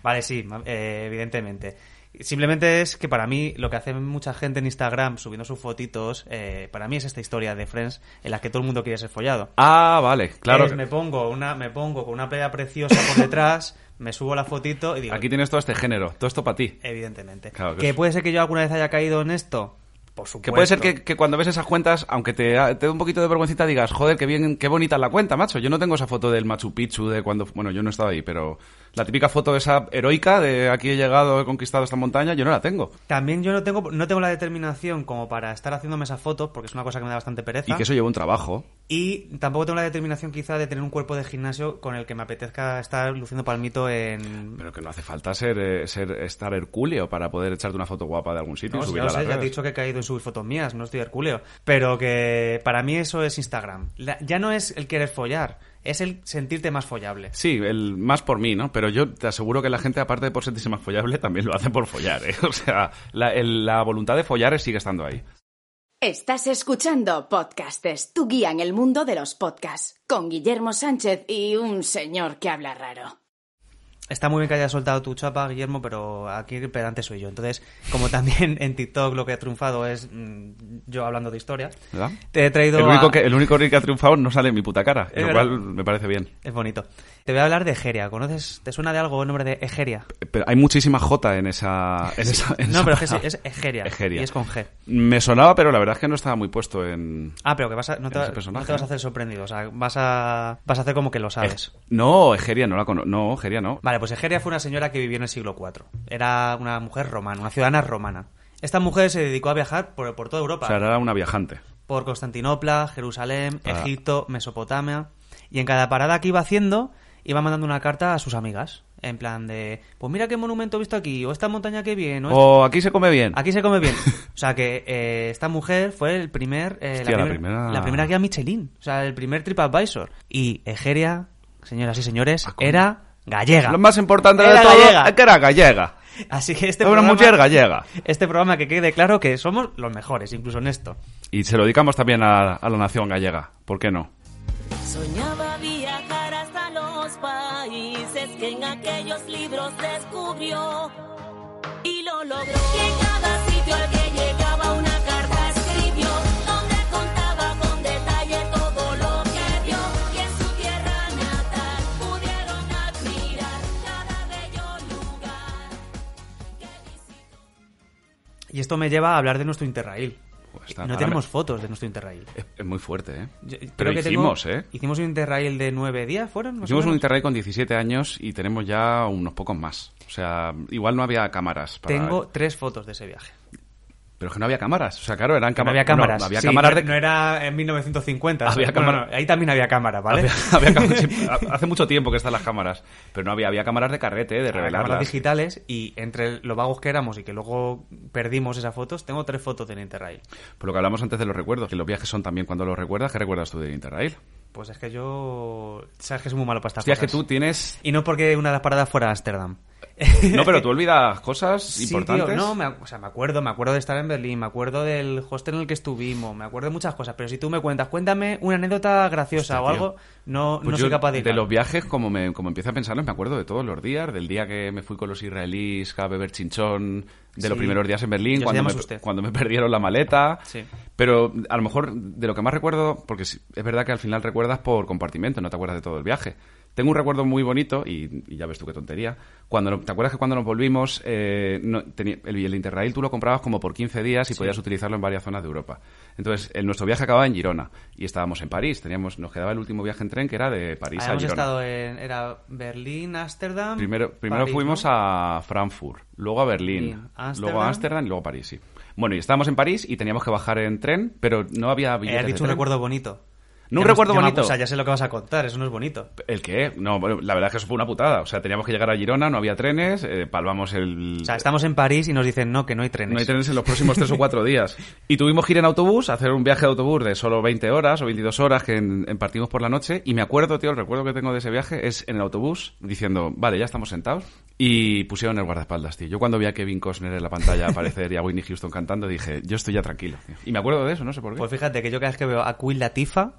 Speaker 2: Vale, sí, ma- eh, evidentemente. Simplemente es que para mí lo que hace mucha gente en Instagram subiendo sus fotitos, eh, para mí es esta historia de Friends en la que todo el mundo quiere ser follado.
Speaker 1: Ah, vale, claro.
Speaker 2: Es, me pongo una, me pongo con una playa preciosa por detrás, me subo la fotito y digo,
Speaker 1: Aquí tienes todo este género, todo esto para ti.
Speaker 2: evidentemente.
Speaker 1: Claro que
Speaker 2: que
Speaker 1: es-
Speaker 2: puede ser que yo alguna vez haya caído en esto. Por supuesto.
Speaker 1: Que puede ser que, que cuando ves esas cuentas, aunque te, ah, te dé un poquito de vergüencita, digas, joder, qué bien, qué bonita la cuenta, macho. Yo no tengo esa foto del Machu Picchu de cuando, bueno, yo no estaba ahí, pero la típica foto esa heroica de aquí he llegado, he conquistado esta montaña, yo no la tengo.
Speaker 2: También yo no tengo, no tengo la determinación como para estar haciéndome esas fotos, porque es una cosa que me da bastante pereza.
Speaker 1: Y que eso lleva un trabajo.
Speaker 2: Y tampoco tengo la determinación quizá de tener un cuerpo de gimnasio con el que me apetezca estar luciendo palmito en...
Speaker 1: Pero que no hace falta ser, eh, ser estar hercúleo para poder echarte una foto guapa de algún sitio
Speaker 2: No,
Speaker 1: y
Speaker 2: si
Speaker 1: subirla
Speaker 2: ya lo
Speaker 1: a las
Speaker 2: sé, ya te he
Speaker 1: redes.
Speaker 2: dicho que he caído en subir fotos mías, no estoy hercúleo. Pero que para mí eso es Instagram. La- ya no es el querer follar, es el sentirte más follable.
Speaker 1: Sí, el más por mí, ¿no? Pero yo te aseguro que la gente, aparte de por sentirse más follable, también lo hace por follar, ¿eh? O sea, la, el- la voluntad de follar sigue estando ahí.
Speaker 7: Estás escuchando Podcastes, tu guía en el mundo de los podcasts, con Guillermo Sánchez y un señor que habla raro.
Speaker 2: Está muy bien que hayas soltado tu chapa, Guillermo, pero aquí el pedante soy yo. Entonces, como también en TikTok lo que ha triunfado es mm, yo hablando de historia,
Speaker 1: ¿Verdad?
Speaker 2: te he traído.
Speaker 1: el, único
Speaker 2: a-
Speaker 1: que, el único que ha triunfado no sale en mi puta cara,
Speaker 2: Es
Speaker 1: lo
Speaker 2: verdad.
Speaker 1: cual me parece bien.
Speaker 2: Es bonito. Te voy a hablar de Egeria. ¿Conoces? ¿Te suena de algo el nombre de Egeria?
Speaker 1: Pero hay muchísima J en esa. en esa- en
Speaker 2: No,
Speaker 1: esa
Speaker 2: pero es que sí,
Speaker 1: palabra.
Speaker 2: es Egeria, y es con G.
Speaker 1: Me sonaba, pero la verdad es que no estaba muy puesto en.
Speaker 2: Ah, pero que vas a, no,
Speaker 1: en
Speaker 2: te, va-
Speaker 1: ese personaje,
Speaker 2: no te vas a hacer sorprendido. O sea, vas a, vas a hacer como que lo sabes.
Speaker 1: No, Egeria no la conozco. No, Egeria no.
Speaker 2: Vale, pues Egeria fue una señora que vivió en el siglo IV. Era una mujer romana, una ciudadana romana. Esta mujer se dedicó a viajar por, por toda Europa.
Speaker 1: O sea, era una viajante.
Speaker 2: por Constantinopla, Jerusalén,
Speaker 1: Ah.
Speaker 2: Egipto, Mesopotamia. Y en cada parada que iba haciendo, iba mandando una carta a sus amigas. En plan de, pues mira qué monumento he visto aquí, o esta montaña que bien, o,
Speaker 1: O aquí se come bien.
Speaker 2: esto- aquí se come bien. O sea que eh, esta mujer fue el primer, eh,
Speaker 1: Hostia, la
Speaker 2: primer-
Speaker 1: primera-
Speaker 2: la primera guía Michelin, o sea, el primer TripAdvisor. Y Egeria, señoras y señores, era gallega.
Speaker 1: Ah, Lo más importante de
Speaker 2: Era
Speaker 1: todo
Speaker 2: gallega.
Speaker 1: es que era gallega.
Speaker 2: Así que este
Speaker 1: Era una
Speaker 2: programa,
Speaker 1: mujer gallega.
Speaker 2: Este programa que quede claro que somos los mejores, incluso en esto.
Speaker 1: Y se lo dedicamos también a, a la nación gallega. ¿Por qué no?
Speaker 13: Soñaba viajar hasta los países que en aquellos libros descubrió y lo logró. Y en cada sitio al que llegaba una carta escribió, donde contaba con detalle todo lo que vio y en su tierra natal pudieron admirar cada bello lugar.
Speaker 2: Y esto me lleva a hablar de nuestro Interrail.
Speaker 1: Pues está.
Speaker 2: no
Speaker 1: Ahora
Speaker 2: tenemos
Speaker 1: me-
Speaker 2: fotos de nuestro Interrail.
Speaker 1: Es muy fuerte, ¿eh?
Speaker 2: Yo-
Speaker 1: Pero
Speaker 2: creo que tengo-
Speaker 1: hicimos, ¿eh?
Speaker 2: Hicimos un Interrail de nueve días, ¿fueron? más o
Speaker 1: Hicimos un
Speaker 2: menos?
Speaker 1: Interrail con 17 años y tenemos ya unos pocos más. O sea, igual no había cámaras. Para...
Speaker 2: Tengo tres fotos de ese viaje.
Speaker 1: Pero es que no había cámaras. O sea, claro, eran
Speaker 2: Que No
Speaker 1: cámaras.
Speaker 2: había cámaras.
Speaker 1: había
Speaker 2: Sí,
Speaker 1: cámaras
Speaker 2: no-
Speaker 1: de...
Speaker 2: no era en 1950.
Speaker 1: Había
Speaker 2: Bueno,
Speaker 1: cámara-
Speaker 2: no, ahí también había cámara, ¿vale?
Speaker 1: Había- había cámaras- sí, hace mucho tiempo que están las cámaras. Pero no había, había cámaras de carrete, de
Speaker 2: Había cámaras
Speaker 1: revelarlas.
Speaker 2: digitales y entre lo vagos que éramos y que luego perdimos esas fotos, tengo tres fotos del Interrail.
Speaker 1: Por lo que hablamos antes de los recuerdos, que los viajes son también cuando los recuerdas. ¿Qué recuerdas tú del Interrail?
Speaker 2: Pues es que yo... Sabes que soy muy malo para estas
Speaker 1: Hostia, es
Speaker 2: cosas.
Speaker 1: que tú tienes...
Speaker 2: Y no porque una de las paradas fuera Ámsterdam.
Speaker 1: No, pero tú olvidas cosas
Speaker 2: Sí,
Speaker 1: importantes.
Speaker 2: tío, no, me, ac- o sea, me acuerdo, me acuerdo de estar en Berlín, me acuerdo del hostel en el que estuvimos, me acuerdo de muchas cosas, pero si tú me cuentas, cuéntame una anécdota graciosa
Speaker 1: Hostia,
Speaker 2: o
Speaker 1: tío.
Speaker 2: algo, no,
Speaker 1: Pues
Speaker 2: no
Speaker 1: yo
Speaker 2: soy capaz de ir.
Speaker 1: los viajes, como, me, como empiezo a pensarlos, me acuerdo de todos los días, del día que me fui con los israelíes a beber chinchón, de
Speaker 2: Sí.
Speaker 1: los primeros días en Berlín,
Speaker 2: Ya se
Speaker 1: cuando
Speaker 2: llama
Speaker 1: me,
Speaker 2: usted.
Speaker 1: cuando me perdieron la maleta.
Speaker 2: Sí.
Speaker 1: Pero a lo mejor de lo que más recuerdo, porque sí, es verdad que al final recuerdas por compartimento, no te acuerdas de todo el viaje. Tengo un recuerdo muy bonito, y, y ya ves tú qué tontería. Cuando no- ¿Te acuerdas que cuando nos volvimos, eh, no- tenía- el, el Interrail tú lo comprabas como por 15 días y
Speaker 2: Sí.
Speaker 1: podías utilizarlo en varias zonas de Europa? Entonces, el- nuestro viaje acababa en Girona y estábamos en París. Teníamos, nos quedaba el último viaje en tren que era de París a
Speaker 2: Habíamos
Speaker 1: Girona.
Speaker 2: estado en era Berlín, Ámsterdam.
Speaker 1: Primero, primero
Speaker 2: París,
Speaker 1: fuimos
Speaker 2: ¿no? Eh,
Speaker 1: a Frankfurt, luego a Berlín,
Speaker 2: Berlín, Ámsterdam.
Speaker 1: luego a Ámsterdam y luego a París, sí. Bueno, y estábamos en París y teníamos que bajar en tren, pero no había
Speaker 2: Eh,
Speaker 1: billetes
Speaker 2: has
Speaker 1: de
Speaker 2: dicho un
Speaker 1: tren.
Speaker 2: recuerdo bonito.
Speaker 1: No, un
Speaker 2: Ya me-
Speaker 1: recuerdo
Speaker 2: ya me-
Speaker 1: bonito.
Speaker 2: O sea, ya sé lo que vas a contar, eso no es bonito.
Speaker 1: ¿El qué? No, bueno, la verdad es que eso fue una putada. O sea, teníamos que llegar a Girona, no había trenes, eh, palmamos el...
Speaker 2: O sea, estamos en París y nos dicen no, que no hay trenes.
Speaker 1: No hay trenes en los próximos tres o cuatro días. Y tuvimos que ir en autobús, hacer un viaje de autobús de solo 20 horas o 22 horas que en- en partimos por la noche. Y me acuerdo, tío, el recuerdo que tengo de ese viaje es en el autobús diciendo, vale, ya estamos sentados. Y pusieron el guardaespaldas, tío. Yo cuando vi a Kevin Costner en la pantalla aparecer y a Whitney Houston cantando, dije, yo estoy ya tranquilo. tío. Y me acuerdo de eso, no sé por qué.
Speaker 2: Pues fíjate que yo cada vez que veo a Queen Latifa,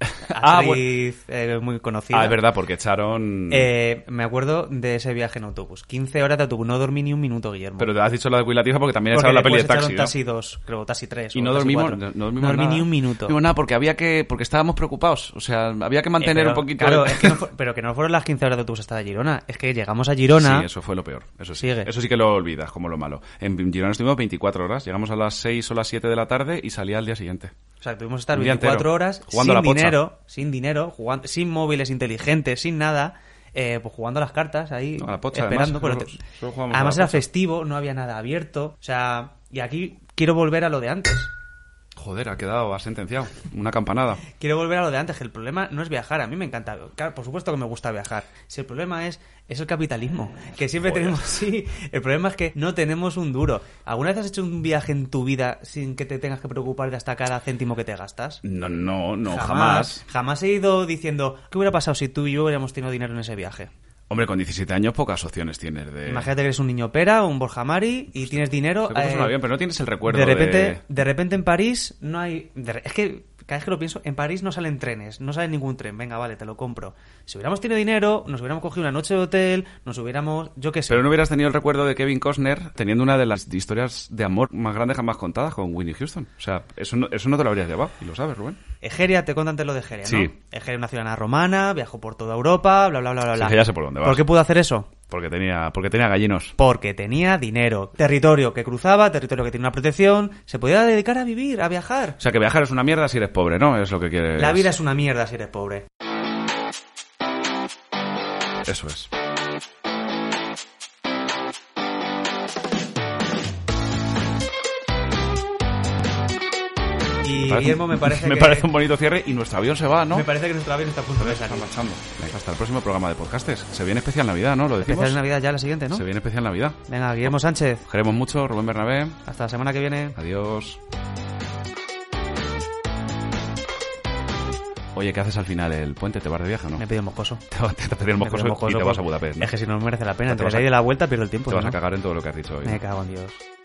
Speaker 1: Ah, bueno.
Speaker 2: actriz eh, muy conocida.
Speaker 1: ah, es verdad, porque echaron...
Speaker 2: Eh, me acuerdo de ese viaje en autobús. 15 horas de autobús. No dormí ni un minuto, Guillermo.
Speaker 1: Pero te has dicho la de Cuilativa porque también echaron la
Speaker 2: Porque
Speaker 1: peli de
Speaker 2: después
Speaker 1: taxi,
Speaker 2: echaron
Speaker 1: ¿no?
Speaker 2: taxi 2, creo, taxi 3.
Speaker 1: y no dormimos, no, no dormimos
Speaker 2: dormí
Speaker 1: nada.
Speaker 2: ni un minuto.
Speaker 1: No, nada, porque había que porque estábamos preocupados, o sea, había que mantener
Speaker 2: Eh, pero,
Speaker 1: un poquito
Speaker 2: Claro,
Speaker 1: de-
Speaker 2: es que no fue- pero que no fueron las 15 horas de autobús hasta Girona. Es que llegamos a Girona.
Speaker 1: Sí, eso fue lo peor. Eso sí.
Speaker 2: Sigue.
Speaker 1: Eso sí que lo olvidas, como lo malo. En Girona estuvimos 24 horas, llegamos a las 6 o las 7 de la tarde y salía al día siguiente.
Speaker 2: O sea, tuvimos que estar
Speaker 1: Un día
Speaker 2: 24
Speaker 1: entero,
Speaker 2: horas
Speaker 1: jugando a la
Speaker 2: sin
Speaker 1: pocha.
Speaker 2: dinero, sin dinero, jugando, sin móviles inteligentes, sin nada, eh, pues jugando a las cartas ahí,
Speaker 1: No, a la pocha,
Speaker 2: esperando.
Speaker 1: además,
Speaker 2: pero
Speaker 1: nosotros
Speaker 2: te-
Speaker 1: solo jugamos a
Speaker 2: además
Speaker 1: la
Speaker 2: era
Speaker 1: pocha.
Speaker 2: festivo, no había nada abierto. O sea, y aquí quiero volver a lo de antes.
Speaker 1: Joder, ha quedado, ha sentenciado. Una campanada.
Speaker 2: Quiero volver a lo de antes, que el problema no es viajar, a mí me encanta, claro, por supuesto que me gusta viajar, si el problema es, es el capitalismo, que siempre tenemos, sí, el problema es que no tenemos un duro. ¿Alguna vez has hecho un viaje en tu vida sin que te tengas que preocupar de hasta cada céntimo que te gastas?
Speaker 1: No, no, no, jamás.
Speaker 2: Jamás he ido diciendo, ¿qué hubiera pasado si tú y yo hubiéramos tenido dinero en ese viaje?
Speaker 1: Hombre, con 17 años pocas opciones tienes de...
Speaker 2: Imagínate que eres un niño pera, un Borja Mari y tienes dinero.
Speaker 1: Te compras un
Speaker 2: eh,
Speaker 1: avión, pero no tienes el recuerdo
Speaker 2: de repente, de...
Speaker 1: de-
Speaker 2: repente en París no hay. de re- es que cada vez que lo pienso, en París no salen trenes, no sale ningún tren. Venga, vale, te lo compro. Si hubiéramos tenido dinero, nos hubiéramos cogido una noche de hotel, nos hubiéramos. Yo qué sé.
Speaker 1: Pero no hubieras tenido el recuerdo de Kevin Costner teniendo una de las historias de amor más grandes jamás contadas con Winnie Houston. O sea, eso no, eso no te lo habrías llevado, y lo sabes, Rubén.
Speaker 2: Egeria, te conté antes lo de Egeria, ¿no?
Speaker 1: Sí.
Speaker 2: Egeria es una ciudadana romana, viajó por toda Europa, bla, bla, bla, bla.
Speaker 1: Sí,
Speaker 2: bla.
Speaker 1: que ya sé por dónde vas.
Speaker 2: ¿Por qué pudo hacer eso?
Speaker 1: Porque tenía, porque tenía gallinos.
Speaker 2: Porque tenía dinero. Territorio que cruzaba, territorio que tiene una protección, se podía dedicar a vivir, a viajar.
Speaker 1: O sea, que viajar es una mierda si eres pobre, ¿no? Es lo que quieres.
Speaker 2: La vida es una mierda si eres pobre.
Speaker 1: Eso es.
Speaker 2: Y
Speaker 1: parece
Speaker 2: Guillermo
Speaker 1: un-
Speaker 2: me parece
Speaker 1: me
Speaker 2: que-
Speaker 1: parece un bonito cierre y nuestro avión se va, ¿no?
Speaker 2: Me parece que nuestro avión está a punto de salir.
Speaker 1: Venga, hasta el próximo programa de podcastes. Se viene especial Navidad, ¿no? Lo decimos.
Speaker 2: Especial Navidad ya la siguiente, ¿no?
Speaker 1: Se viene especial Navidad.
Speaker 2: Venga, Guillermo Sánchez.
Speaker 1: Queremos mucho, Rubén Bernabé.
Speaker 2: Hasta la semana que viene.
Speaker 1: Adiós. Oye, ¿qué haces al final? ¿El puente te vas de viaje o no?
Speaker 2: Me he pedido moscoso.
Speaker 1: Te va- te- te pedí el
Speaker 2: Me
Speaker 1: moscoso
Speaker 2: pedí
Speaker 1: y te
Speaker 2: mocoso,
Speaker 1: vas a
Speaker 2: pues,
Speaker 1: Budapest.
Speaker 2: Es que si no me merece la pena,
Speaker 1: Te
Speaker 2: entre
Speaker 1: vas
Speaker 2: la
Speaker 1: a-
Speaker 2: ida y la vuelta pierdo el tiempo.
Speaker 1: Te vas
Speaker 2: ¿no?
Speaker 1: a cagar en todo lo que has dicho hoy.
Speaker 2: Me cago en Dios.